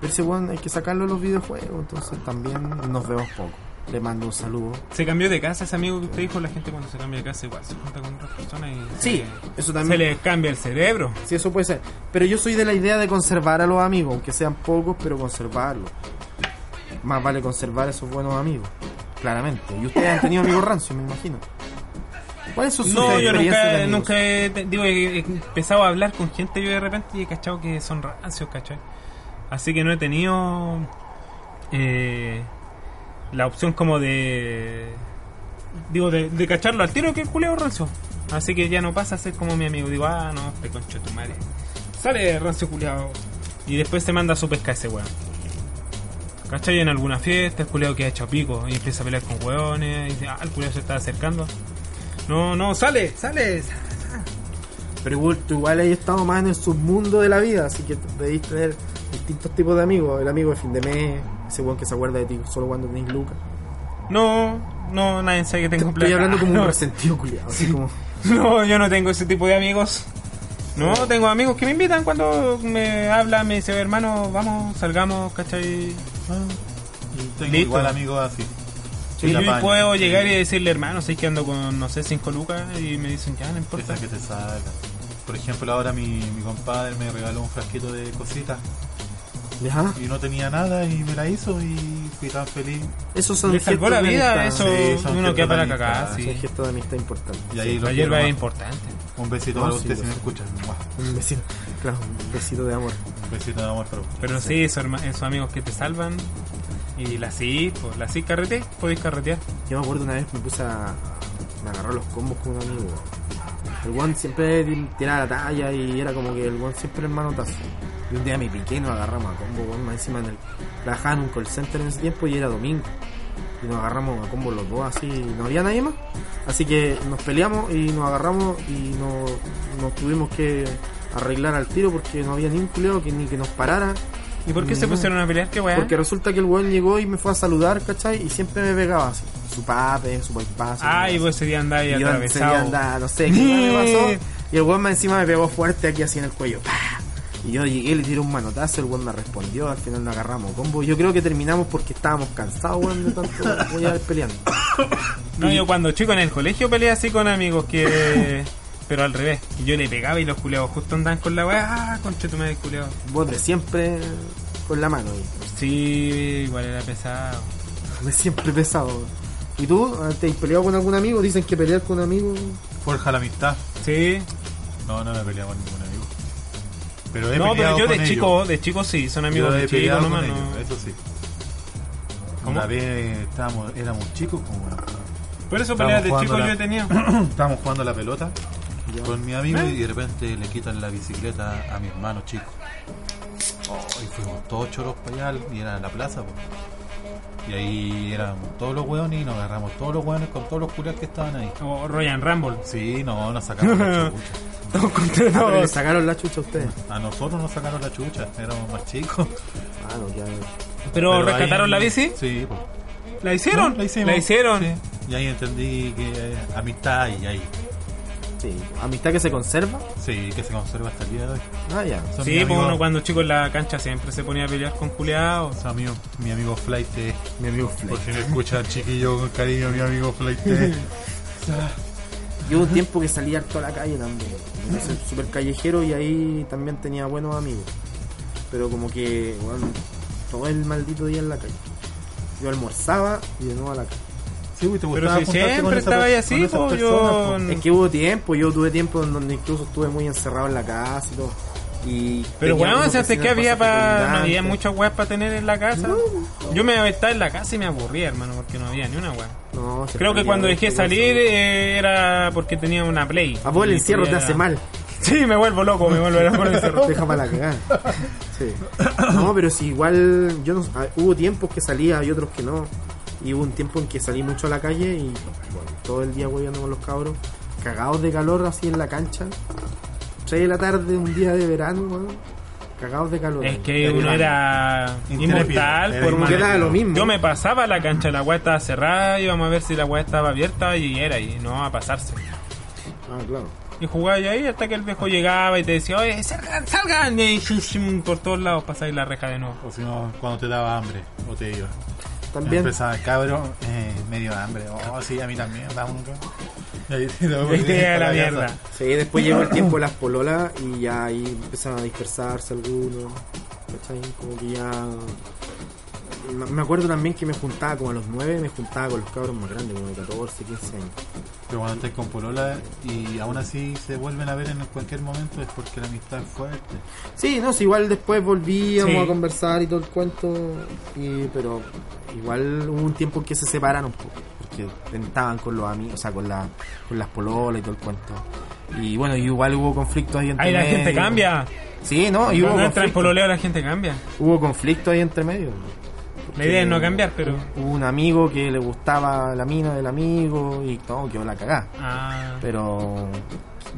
A: Pero ese weón hay que sacarlo de los videojuegos, entonces también nos vemos poco. Le mando un saludo.
B: Se cambió de casa ese amigo que usted dijo. La gente cuando se cambia de casa igual se junta con otras personas y.
A: Sí,
B: se-
A: eso
B: Se
A: también.
B: le cambia el cerebro.
A: Sí, eso puede ser. Pero yo soy de la idea de conservar a los amigos, aunque sean pocos, pero conservarlos. Más vale conservar a esos buenos amigos, claramente. Y ustedes han tenido amigos rancios, me imagino. ¿Cuáles son sus
B: No, yo
A: experiencias de
B: nunca,
A: amigos?
B: nunca he, te- digo, he he empezado a hablar con gente yo de repente y he cachado que son rancios, ¿cachai? Así que no he tenido eh, la opción como de, digo, de, de cacharlo al tiro que es culeo rancio. Así que ya no pasa a ser como mi amigo. Digo, ah, no, este concho de tu madre. Sale rancio culeado. Y después se manda a su pesca ese weón. ¿Cachai? En alguna fiesta, el culeado que ha hecho pico y empieza a pelear con hueones. Y dice, ah, el culeado se está acercando. No, no, sale, sale.
A: Pero igual, tú igual has estado más en el submundo de la vida, así que debéis tener distintos tipos de amigos. El amigo de fin de mes, ese weón que se acuerda de ti solo cuando tenés lucas.
B: No, no, nadie sabe que
A: Te-
B: tengo
A: Estoy
B: plata.
A: hablando como un
B: [laughs] No,
A: resentido, culiado. Así como.
B: No, yo no tengo ese tipo de amigos. No, tengo amigos que me invitan cuando me hablan, me dicen, hermano, vamos, salgamos, ¿cachai?
C: Tengo
B: Listo.
C: igual amigos así.
B: y
C: Ah, Sí,
B: yo
C: la paña.
B: puedo llegar y decirle, hermano, sé que ando con, no sé, cinco lucas y me dicen, ya, no importa.
C: Esa que te saca. Por ejemplo, ahora mi, mi compadre me regaló un frasquito de cositas
A: Ya.
C: y no tenía nada y me la hizo y fui tan feliz.
A: Eso son
B: Le salvó
A: gestos
B: la
A: de
B: vida, eso
A: amistad.
C: Sí, son
B: uno queda para
C: gestos de
B: cagar,
C: amistad,
A: Son
B: sí.
A: gestos de amistad importantes.
C: Y ahí lo
B: La hierba
C: quiero
B: es
C: más.
B: importante.
C: Un besito
A: No,
C: para
A: sí,
C: usted
A: lo
C: si me
A: sé.
C: escucha. Mua.
A: Un besito. Claro, un besito de amor.
C: Un besito de amor para usted.
B: Pero sí, esos, herma- esos amigos que te salvan. Y la sí, pues la sí carrete, podéis carretear.
A: Yo me acuerdo una vez me puse a. Me agarró los combos con un amigo. El one siempre tir- tiraba la talla y era como que el one siempre en manotazo. Y un día me piqué y nos agarramos a combo, weón, más encima en el. Trabajaba en un call center en ese tiempo y era domingo. Y nos agarramos a combo los dos así y no había nadie más. Así que nos peleamos y nos agarramos y nos, nos tuvimos que arreglar al tiro porque no había ni un culeo que ni que nos parara.
B: ¿Y por qué se
A: Mm.
B: pusieron a pelear? ¿Qué weá?
A: Porque resulta que el weón llegó y me fue a saludar, ¿cachai? Y siempre me pegaba así. Su pape, su paipazo.
B: Ay,
A: weón.
B: vos ese día andáis
A: Y yo en serio
B: atravesado.
A: andaba, no sé qué
B: [laughs]
A: me pasó. Y el weón más encima me pegó fuerte aquí así en el cuello. ¡Pah! Y yo llegué, le tiré un manotazo, el weón me respondió, al final nos agarramos combo. Yo creo que terminamos porque estábamos cansados, weón, de tanto [laughs] voy a ir peleando.
B: No, yo cuando chico en el colegio peleé así con amigos
C: [laughs]
B: que. Pero al revés, que yo le pegaba y los culeados justo andaban con la weá. Ah, conche tu madre, culeado.
A: Vos de siempre con la mano, y
B: Sí, igual era pesado.
A: de siempre pesado. weón. ¿Y tú? ¿Te has peleado con algún amigo? Dicen que pelear con un amigo.
C: Forja la amistad.
B: Sí.
C: No, no me he peleado con ningún amigo. Pero he
B: no, pero
C: peleado
B: yo de
C: con
B: chico,
C: ellos.
B: de chico sí, son
C: Yo
B: amigos
C: he
B: de chico
C: peleado
B: nomás.
C: con
B: no.
C: ellos, eso sí.
B: ¿Cómo?
C: Una vez estábamos, éramos chicos como
B: Por eso peleas de
C: Estábamos
B: chico
C: jugando
B: yo
C: la-
B: he tenido.
C: [coughs] estábamos jugando a la pelota
A: Ya.
C: con mi
B: ¿Eh?
C: amigo y de repente le quitan la bicicleta a mi hermano chico. Oh, y fuimos todos choros para allá y era en la plaza. po. Y ahí éramos todos los hueones y nos agarramos todos los hueones con todos los curas que estaban ahí.
B: O Royan
C: [laughs]
B: Rumble.
C: Sí, no, nos
B: [laughs]
C: sacamos la chucha.
B: Todos contra
A: Ah, pero le
B: todos.
A: sacaron la chucha a ustedes.
C: A nosotros nos sacaron la chucha, éramos más chicos.
A: Ah, no, ya.
B: Pero,
C: ahí-
B: rescataron la bici.
C: Sí, po.
B: ¿La hicieron?
C: No, la hicimos.
B: La hicieron.
C: Sí. Y ahí entendí que eh, amistad y ahí.
A: Sí. Amistad que se conserva.
C: Sí, que se conserva hasta el día de hoy.
A: Ah, ya.
C: Son
B: Sí,
C: mis
B: pues
C: amigos-
B: uno cuando chico en la cancha siempre se ponía a pelear con culeados.
C: son amigos- mi amigo Flight.
A: Mi amigo
C: Por
A: Flex.
C: si me escucha, chiquillo, con cariño, mi amigo Flight.
B: [laughs]
A: Yo hubo un tiempo que salía harto a la calle también. Soy súper callejero y ahí también tenía buenos amigos. Pero como que, bueno, todo el maldito día en la calle. Yo almorzaba y de nuevo a la calle.
C: Sí, güey, te
B: Pero si siempre estaba ahí así, pues yo.
A: Es que hubo tiempo, yo tuve tiempo en donde incluso estuve muy encerrado en la casa y todo. Y
B: Pero
A: tenía
B: bueno,
A: unos
B: o sea,
A: vecinos
B: que había para
A: pasajeros
B: no había
A: andantes.
B: muchas weas para tener en la casa. Yo me estaba en la casa y me aburría, hermano, porque no había ni una wea.
A: No, se
B: Creo que
A: perdía
B: cuando
A: mucho
B: dejé
A: con eso.
B: salir eh, era porque tenía una play.
A: A Ah, vos el
B: Y
A: encierro te
B: tuviera-
A: hace mal.
B: [laughs] Sí, me vuelvo loco, me vuelvo loco el encierro.
A: [laughs] Deja para la cagada. Sí. No, pero si igual yo no, ah, hubo tiempos que salía y otros que no. Y hubo un tiempo en que salí mucho a la calle y bueno, todo el día hueveando con los cabros, cagados de calor así en la cancha. 3 de la tarde, un día de verano, weón, cagados de calor.
B: Es que uno era
C: Intrépido.
B: inmortal,
C: Era
B: por
A: Como que
B: más-
A: era lo mismo.
B: Yo me pasaba la cancha, la wea estaba cerrada, íbamos a ver si la wea estaba abierta y era y no a pasarse.
A: Ah, claro.
B: Y jugaba yo ahí hasta que el viejo llegaba y te decía, oye, salgan, salgan. Y ahí, shum, shum, por todos lados pasáis la reja de nuevo.
C: O si no, cuando te daba hambre, o te iba.
A: También.
C: Empezaba el cabro, eh, medio de hambre. Oh, sí, a mí también, dame un rato. Y ahí [laughs] te daba
B: Y te a la
C: para casa.
B: mierda.
A: Sí, después llegó el tiempo de las pololas y ya ahí empezaron a dispersarse algunos. ¿cachai? Como que ya. Me- Me acuerdo también que me juntaba como a los 9, me juntaba con los cabros más grandes, como de 14, 15 años.
C: Pero cuando estás con Polola y aún así se vuelven a ver en cualquier momento es porque la amistad es fuerte.
A: Sí, no, sí, igual después volvíamos
B: Sí.
A: a conversar y todo el cuento, y, pero igual hubo un tiempo en que se separaron, po, porque tentaban con los amigos, o sea, con, la, con las pololas y todo el cuento. Y bueno, y igual hubo conflictos ahí entre
B: Ahí la gente
A: medio.
B: cambia.
A: Sí, no, y hubo
B: Cuando entra en
A: conflictos,
B: pololeo la gente cambia.
A: hubo conflictos ahí entre medio.
B: La idea es no cambiar, pero...
A: Hubo un amigo que le gustaba la mina del amigo y todo, quedó la cagada.
B: Ah,
A: Pero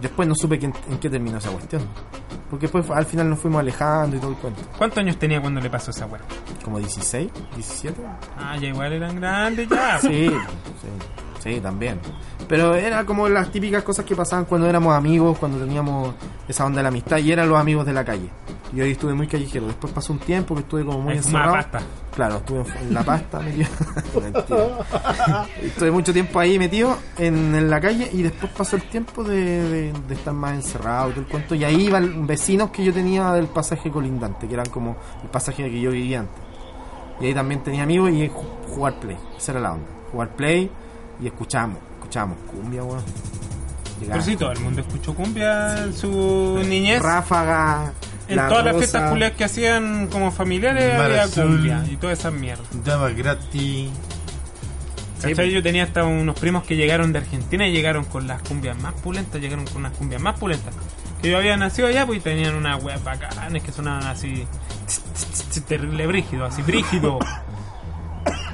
A: después no supe quién- en qué terminó esa cuestión. Porque después al final nos fuimos alejando y todo el cuento.
B: ¿Cuántos años tenía cuando le pasó esa weá?
A: ¿Como 16? ¿17?
B: Ah, ya igual eran grandes ya. pues.
A: Sí, sí, sí, también. Pero era como las típicas cosas que pasaban cuando éramos amigos, cuando teníamos esa onda de la amistad y eran los amigos de la calle. Yo ahí estuve muy callejero. Después pasó un tiempo que estuve como muy
B: Ahí fumaba
A: encerrado.
B: pasta.
A: Claro, estuve en en la pasta metido. [laughs] Mentira. estuve mucho tiempo ahí metido en, en la calle y después pasó el tiempo de, de- de estar más encerrado y todo el cuento. Y ahí iban vecinos que yo tenía del pasaje colindante, que eran como el pasaje que yo vivía antes. Y ahí también tenía amigos y ju- jugar play. Esa era la onda. Jugar play y escuchamos, escuchamos. Cumbia, weón. Llegaba.
B: Pero sí, todo el mundo escuchó cumbia en su niñez.
A: Ráfaga.
B: En
A: La
B: todas las
A: Rosa.
B: fiestas culias que hacían como familiares había
C: Marazul.
B: cumbia y todas esas mierdas.
C: Daba gratis.
B: ¿Cachai? Yo tenía hasta unos primos que llegaron de Argentina y llegaron con las cumbias más pulentas, llegaron con unas cumbias más pulentas. Que yo había nacido allá pues, y tenían unas weas bacanes que sonaban así tss, tss, tss, terrible brígido,
A: [coughs]
B: así brígido.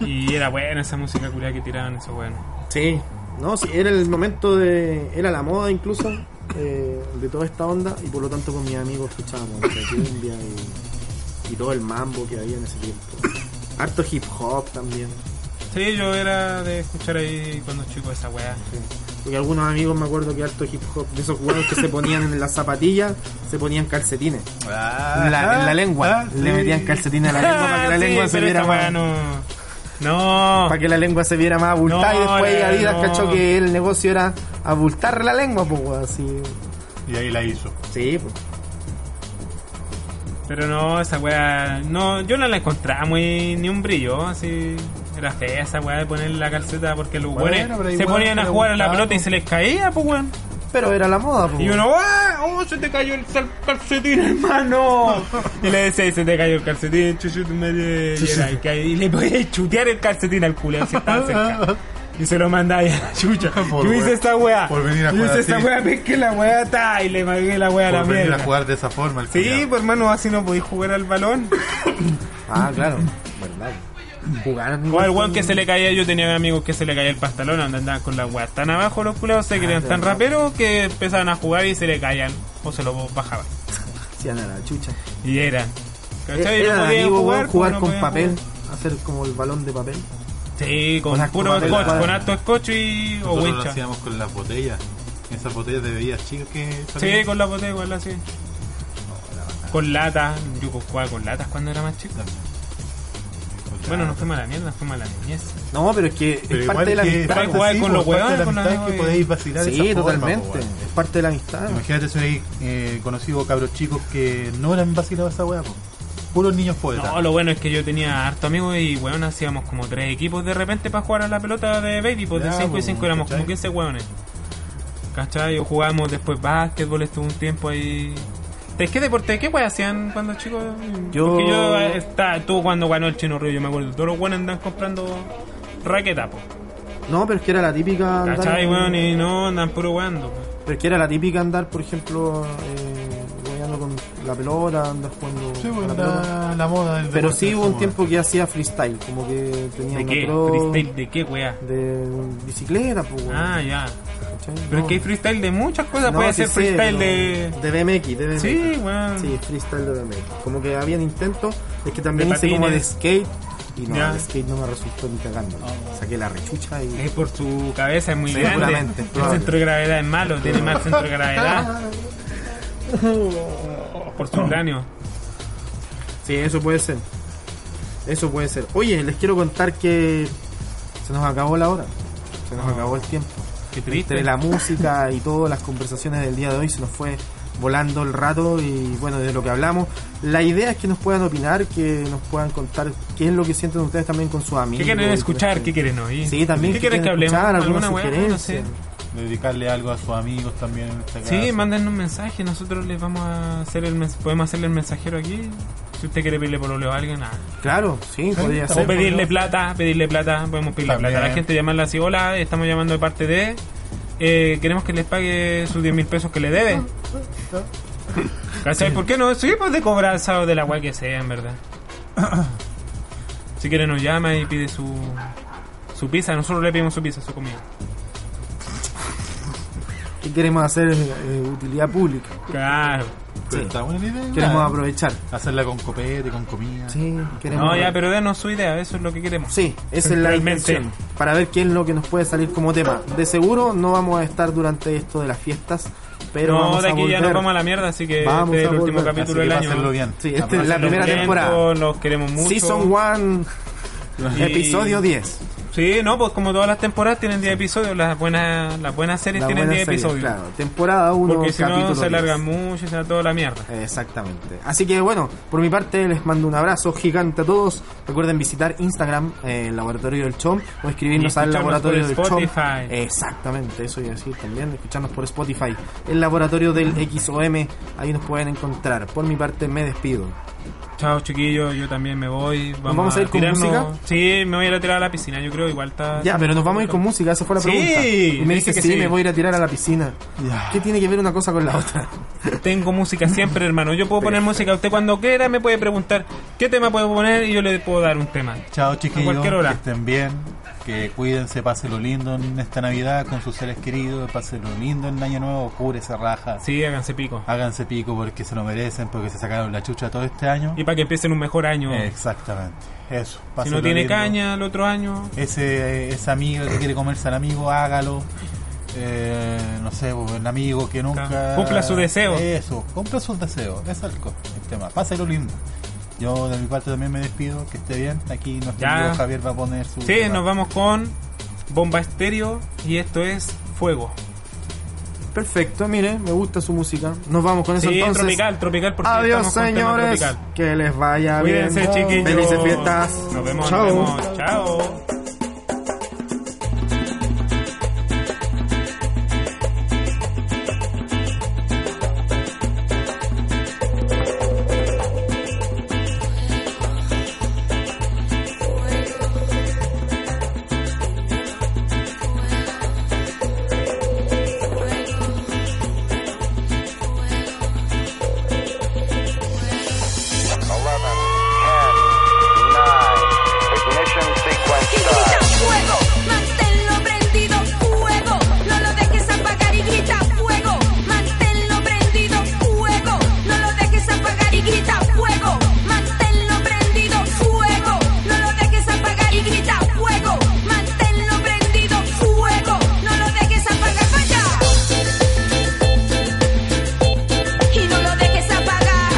B: Y era buena esa música culia que tiraban esos weones.
A: Sí, no, sí, era el momento de. Era la moda incluso eh, de toda esta onda y por lo tanto con mis amigos escuchábamos la cumbia y, y todo el mambo que había en ese tiempo. Harto hip hop también.
B: Sí, yo era de escuchar ahí cuando chico esa wea.
A: sí. Porque algunos amigos me acuerdo que harto hip hop, de esos jugadores que se ponían en las zapatillas, se ponían calcetines. En la, en
C: Ah,
A: la lengua. Le metían calcetines a la lengua para que la
B: Ah, [laughs] sí,
A: lengua se
B: pero
A: viera
B: esa wea
A: más.
B: no. No.
A: Para que la lengua se viera más abultada
B: No,
A: y después
B: no,
A: Adidas
B: no.
A: cachó que el negocio era abultar la lengua, pues weón, así.
C: Y ahí la hizo.
A: Sí, pues.
B: Pero no, esa weá, no, yo no la encontraba muy ni un brillo, así. Era fea esa weá de poner la calceta porque los
C: Bueno,
B: weones
C: pero
B: se
C: igual
B: ponían a
C: te
B: jugar a la
C: gustaba,
B: pelota y
C: po.
B: se les caía, pues weón.
A: Pero era la moda, pues.
B: Y uno, ¡ah! ¡Oh, se te cayó el sal- calcetín, [laughs] hermano! y le decía, se te cayó el calcetín, chuchu, tu madre. Y, era, y ca- y le podía chutear el calcetín al culo, si estaba
C: [laughs]
B: cerca. Y se lo mandaba ahí a la chucha.
C: Por
B: yo
C: wea-
B: hice esta weá.
C: por venir a
B: yo
C: jugar
B: hice esta
C: así.
B: weá, ves que la weá está. Y le magué la weá a la
C: Por venir
B: mierda.
C: a jugar de esa forma. El
B: Sí,
C: culiao.
B: pues hermano, así no podéis jugar al balón.
A: Ah, claro, verdad. Jugar
B: O el weón que se le caía, yo tenía amigos que se le caía el pastalón, anda- andaban con la weas tan abajo los culados,
A: Ah,
B: se creían tan
A: verdad.
B: raperos que empezaban a jugar y se le caían, o se lo bajaban.
A: hacían a la chucha. Eh,
B: Y eran. ¿Cachai?
A: Era
B: No
A: de
B: podían
A: amigo,
B: jugar,
A: jugar,
B: pues,
A: jugar
B: no
A: con
B: podían
A: papel,
B: jugar.
A: hacer como el balón de papel.
B: Sí, con,
A: Con harto
B: puro
A: papel,
B: scotch,
A: la
B: con
A: weá.
B: harto scotch y. o
C: Nosotros lo
B: wincha.
C: hacíamos con las botellas. Esas botellas de bebidas chicas que.
B: Sí,
C: salían.
B: con la botella igual así. Con lata, yo jugaba con latas cuando era más chico. Bueno, no fue mala mierda, fue mala niñez.
A: No, pero es que
C: Pero
A: es
C: igual
A: parte de la
C: que-
A: amistad.
B: Para jugar
C: pues, sí,
B: con los
C: parte de
B: huevones,
C: la
B: con
C: amistad
B: la-
C: es que podéis vacilar de
A: Sí,
C: esa forma,
A: totalmente.
C: po, weón.
A: es parte de la amistad.
C: Imagínate si hubiera eh, conocido cabros chicos que no eran vacilados a esa weá, po. puros niños poetas.
B: No, lo bueno es que yo tenía harto amigos y weón hacíamos como tres equipos de repente para jugar a la pelota de baby, pues de
C: Ya,
B: 5 y
C: pues,
B: 5 éramos
C: ¿cachai?
B: como 15 weones. ¿Cachai? O jugábamos después básquetbol, estuvo un tiempo ahí. ¿De qué deporte? ¿Qué weón hacían cuando chicos?
A: Yo-
B: Porque yo eh, está, tú cuando ganó el Chino Río, yo me acuerdo, todos los weones andan comprando raqueta, po.
A: No, pero es que era la típica andar.
B: ¿Cachai, weón? Y no andan puro weando. po.
A: Pero es que era la típica andar, por ejemplo, eh, jugando con la pelota, andar jugando
C: Sí,
A: con
C: weón,
A: la pelota.
C: la, la moda del
A: Pero
C: deporte, pues,
A: sí hubo un
C: esa
A: tiempo que hacía freestyle, como que tenía
B: ¿De
A: una
B: qué?
A: pro
B: ¿Freestyle de qué weá?
A: de bicicleta, pues. weón,
B: Ah, ya.
A: ¿cachai?
B: Pero es
A: No.
B: que hay freestyle de muchas cosas,
A: No,
B: puede
A: sí
B: ser
A: sé,
B: freestyle de.
A: pero De BMX, de BMX.
B: Sí, weón.
A: Sí, freestyle de BMX. Como que habían intentos, es que también
B: De
A: hice como de
B: patines.
A: skate. Y no,
B: Ya. Ah.
A: el skate no me resultó ni cagando. Saqué la rechucha y.
B: Es por su cabeza, es muy
A: Sí,
B: grande.
A: seguramente,
B: El
A: probable.
B: centro de gravedad es malo, tiene mal centro
A: [laughs]
B: de gravedad por su cráneo.
A: Sí, eso puede ser. Eso puede ser. Oye, les quiero contar que se nos acabó la hora. Se
B: Ah.
A: nos acabó el tiempo.
B: Qué
A: Entre
B: triste.
A: la música y todas las conversaciones del día de hoy se nos fue volando el rato y bueno, de lo que hablamos. La idea es que nos puedan opinar, que nos puedan contar qué es lo que sienten ustedes también con sus amigos.
B: ¿Qué quieren
A: y
B: escuchar?
A: con
B: ¿Qué quieren oír?
A: este. Sí, también.
B: ¿Qué
A: que
B: quieren que hablemos?
A: escuchar, alguna
B: weá? No
A: sugerencia.
B: sé.
C: moda. Dedicarle algo a sus amigos también. En este
B: Sí,
C: caso.
B: mándennos un mensaje, nosotros les vamos a hacer el mens- podemos hacerle el mensajero aquí. Si usted quiere pedirle pololeo a alguien, ah.
A: Claro, sí, podría
C: está
B: o
A: ser.
C: bien.
B: pedirle
C: pololeo.
B: plata, pedirle plata, podemos pedirle
C: También.
B: plata a la gente, llamarla así, hola, estamos llamando de parte de, eh, queremos que les pague sus 10 mil pesos que
A: [laughs]
B: le debe. ¿Cachai? ¿Por qué no? Sí, pues de cobranza o de la guay que sea, en
A: [coughs]
B: verdad. Si quiere nos llama y pide su, su pizza, nosotros le pedimos su pizza, su comida.
A: que queremos hacer eh, utilidad pública.
B: Claro.
C: Pero está buena la idea.
A: Queremos
C: Ya,
A: aprovechar.
C: Hacerla con copete, con comida.
A: Sí, queremos
B: No, ya, pero denos su idea, eso es lo que queremos.
A: Sí, esa es la
B: Realmente.
A: intención. Para ver qué es lo que nos puede salir como tema. De seguro no vamos a estar durante esto de las fiestas, pero
B: no,
A: vamos
B: de
A: a
B: aquí
A: volver.
B: ya nos vamos a la mierda, así que
A: Vamos
B: este es
A: a
B: el último
A: volver.
C: Así
B: capítulo
C: que
B: del
C: va a
B: año.
C: hacerlo bien.
A: Sí, esta es la
B: Los
A: primera
B: vientos,
A: temporada.
B: Los queremos mucho.
A: Season 1,
B: Y-
A: episodio 10.
B: Sí, no, pues como todas las temporadas tienen 10 episodios, las buenas, las buenas series
A: La
B: tienen
A: buena
B: 10
A: serie,
B: episodios.
A: Claro, temporada 1,
B: Porque si
A: capítulo
B: no se
A: 10.
B: alargan mucho y se da toda la mierda.
A: Exactamente. Así que bueno, por mi parte les mando un abrazo gigante a todos. Recuerden visitar Instagram, eh, el Laboratorio del Chom, o escribirnos
B: Y
A: al
B: escucharnos
A: Laboratorio
B: por
A: del Chom.
B: Spotify.
A: Exactamente, eso iba a decir también, escucharnos por Spotify. El Laboratorio del XOM, ahí nos pueden encontrar. Por mi parte me despido.
B: Chao chiquillos, yo también me voy. Vamos,
A: vamos a ir con
B: tirarnos-
A: música?
B: Sí, me voy a ir a tirar a la piscina, yo creo, igual está...
A: Ya, pero nos vamos a ir con música, esa fue la
B: Sí,
A: pregunta. Y me
B: dice
A: dice,
B: que
A: sí,
B: sí.
A: me voy a ir a tirar a la piscina.
C: Ya.
A: ¿Qué tiene que ver una cosa con la otra?
B: Tengo música siempre, hermano. Yo puedo poner música. Usted cuando quiera me puede preguntar qué tema puedo poner y yo le puedo dar un tema.
C: Chao
B: A
C: chiquillos,
B: cualquier
C: que
B: hora.
C: estén bien, que cuídense, pásenlo lindo en esta Navidad con sus seres queridos, pásenlo lindo en Año Nuevo, cúbrese raja,
B: Sí, háganse pico.
A: Ah.
C: háganse pico porque se lo merecen, porque se sacaron la chucha todo este año.
B: Y para que empiecen un mejor año.
C: Exactamente, eso.
B: si
C: pásenlo
B: no tiene
C: lindo.
B: caña el otro año.
C: Ese, esa amiga que quiere comerse al amigo, hágalo. Eh, no sé, un amigo que nunca...
B: Cumpla su deseo.
C: Eso, cumpla sus deseos, es el, co- el tema, pásenlo lindo. Yo de mi parte también me despido, que esté bien. Aquí nuestro
B: Ya.
C: amigo Javier va a poner su...
B: Sí,
C: tema.
B: nos vamos con Bomba Estéreo y esto es Fuego.
A: Perfecto, mire, me gusta su música. Nos vamos con eso
B: Sí,
A: entonces.
B: tropical, tropical. Porque
A: Adiós,
B: estamos con tema
A: señores.
B: tropical.
A: Que les vaya
B: Cuídense,
A: bien.
B: chiquillos.
A: Felices fiestas.
B: Nos vemos,
A: Chao.
B: nos vemos. Chao.
F: grita fuego, manténlo prendido, fuego, no lo dejes apagar y grita fuego, manténlo prendido, fuego, no lo dejes apagar y grita fuego, manténlo prendido, fuego, no lo dejes apagar y grita fuego, manténlo prendido, fuego, no lo dejes apagar, vaya. Y no lo dejes apagar.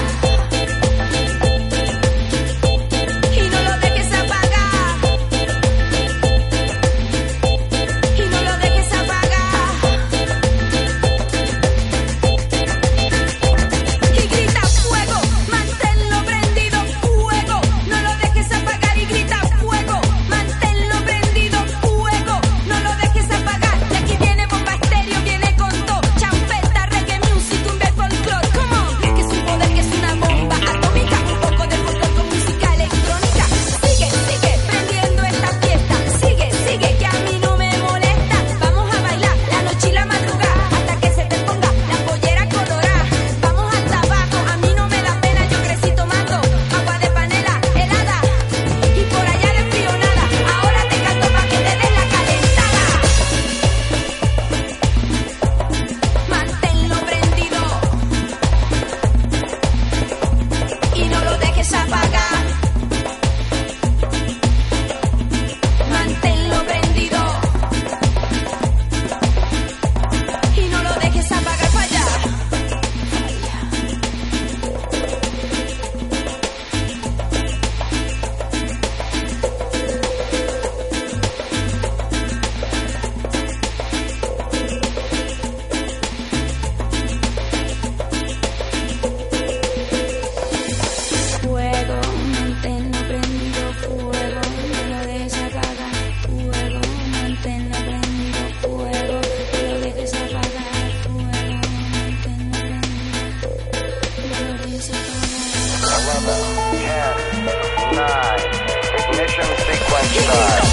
F: Y no lo dejes apagar. Y no lo dejes apagar. Y grita fuego, manténlo prendido, fuego. No lo dejes apagar y grita fuego, manténlo prendido, fuego. No lo dejes apagar. Y aquí viene bomba estéreo, viene con todo. Champeta, reggae music, un bel folclore. Come on, que es un poder, que es una bomba atómica. Un poco de folclore con música electrónica. Sigue, sigue prendiendo esta fiesta. Sigue, sigue, que a mí no me molesta. Vamos a bailar la noche y la madrugada hasta que se te ponga la pollera colorada. Vamos hasta abajo, a mí no me da pena. Yo crecí tomando agua de panela helada y por allá de frío nada. Ahora te canto pa' que te des la calentada. Manténlo prendido y no lo dejes apagar. Manténlo prendido y no lo dejes apagar para allá. Fuego, manténlo prendido, fuego, no lo dejes apagar. Fuego, manténlo prendido, fuego, no lo dejes apagar. Fuego, manténlo prendido, no lo dejes apagar. Y grito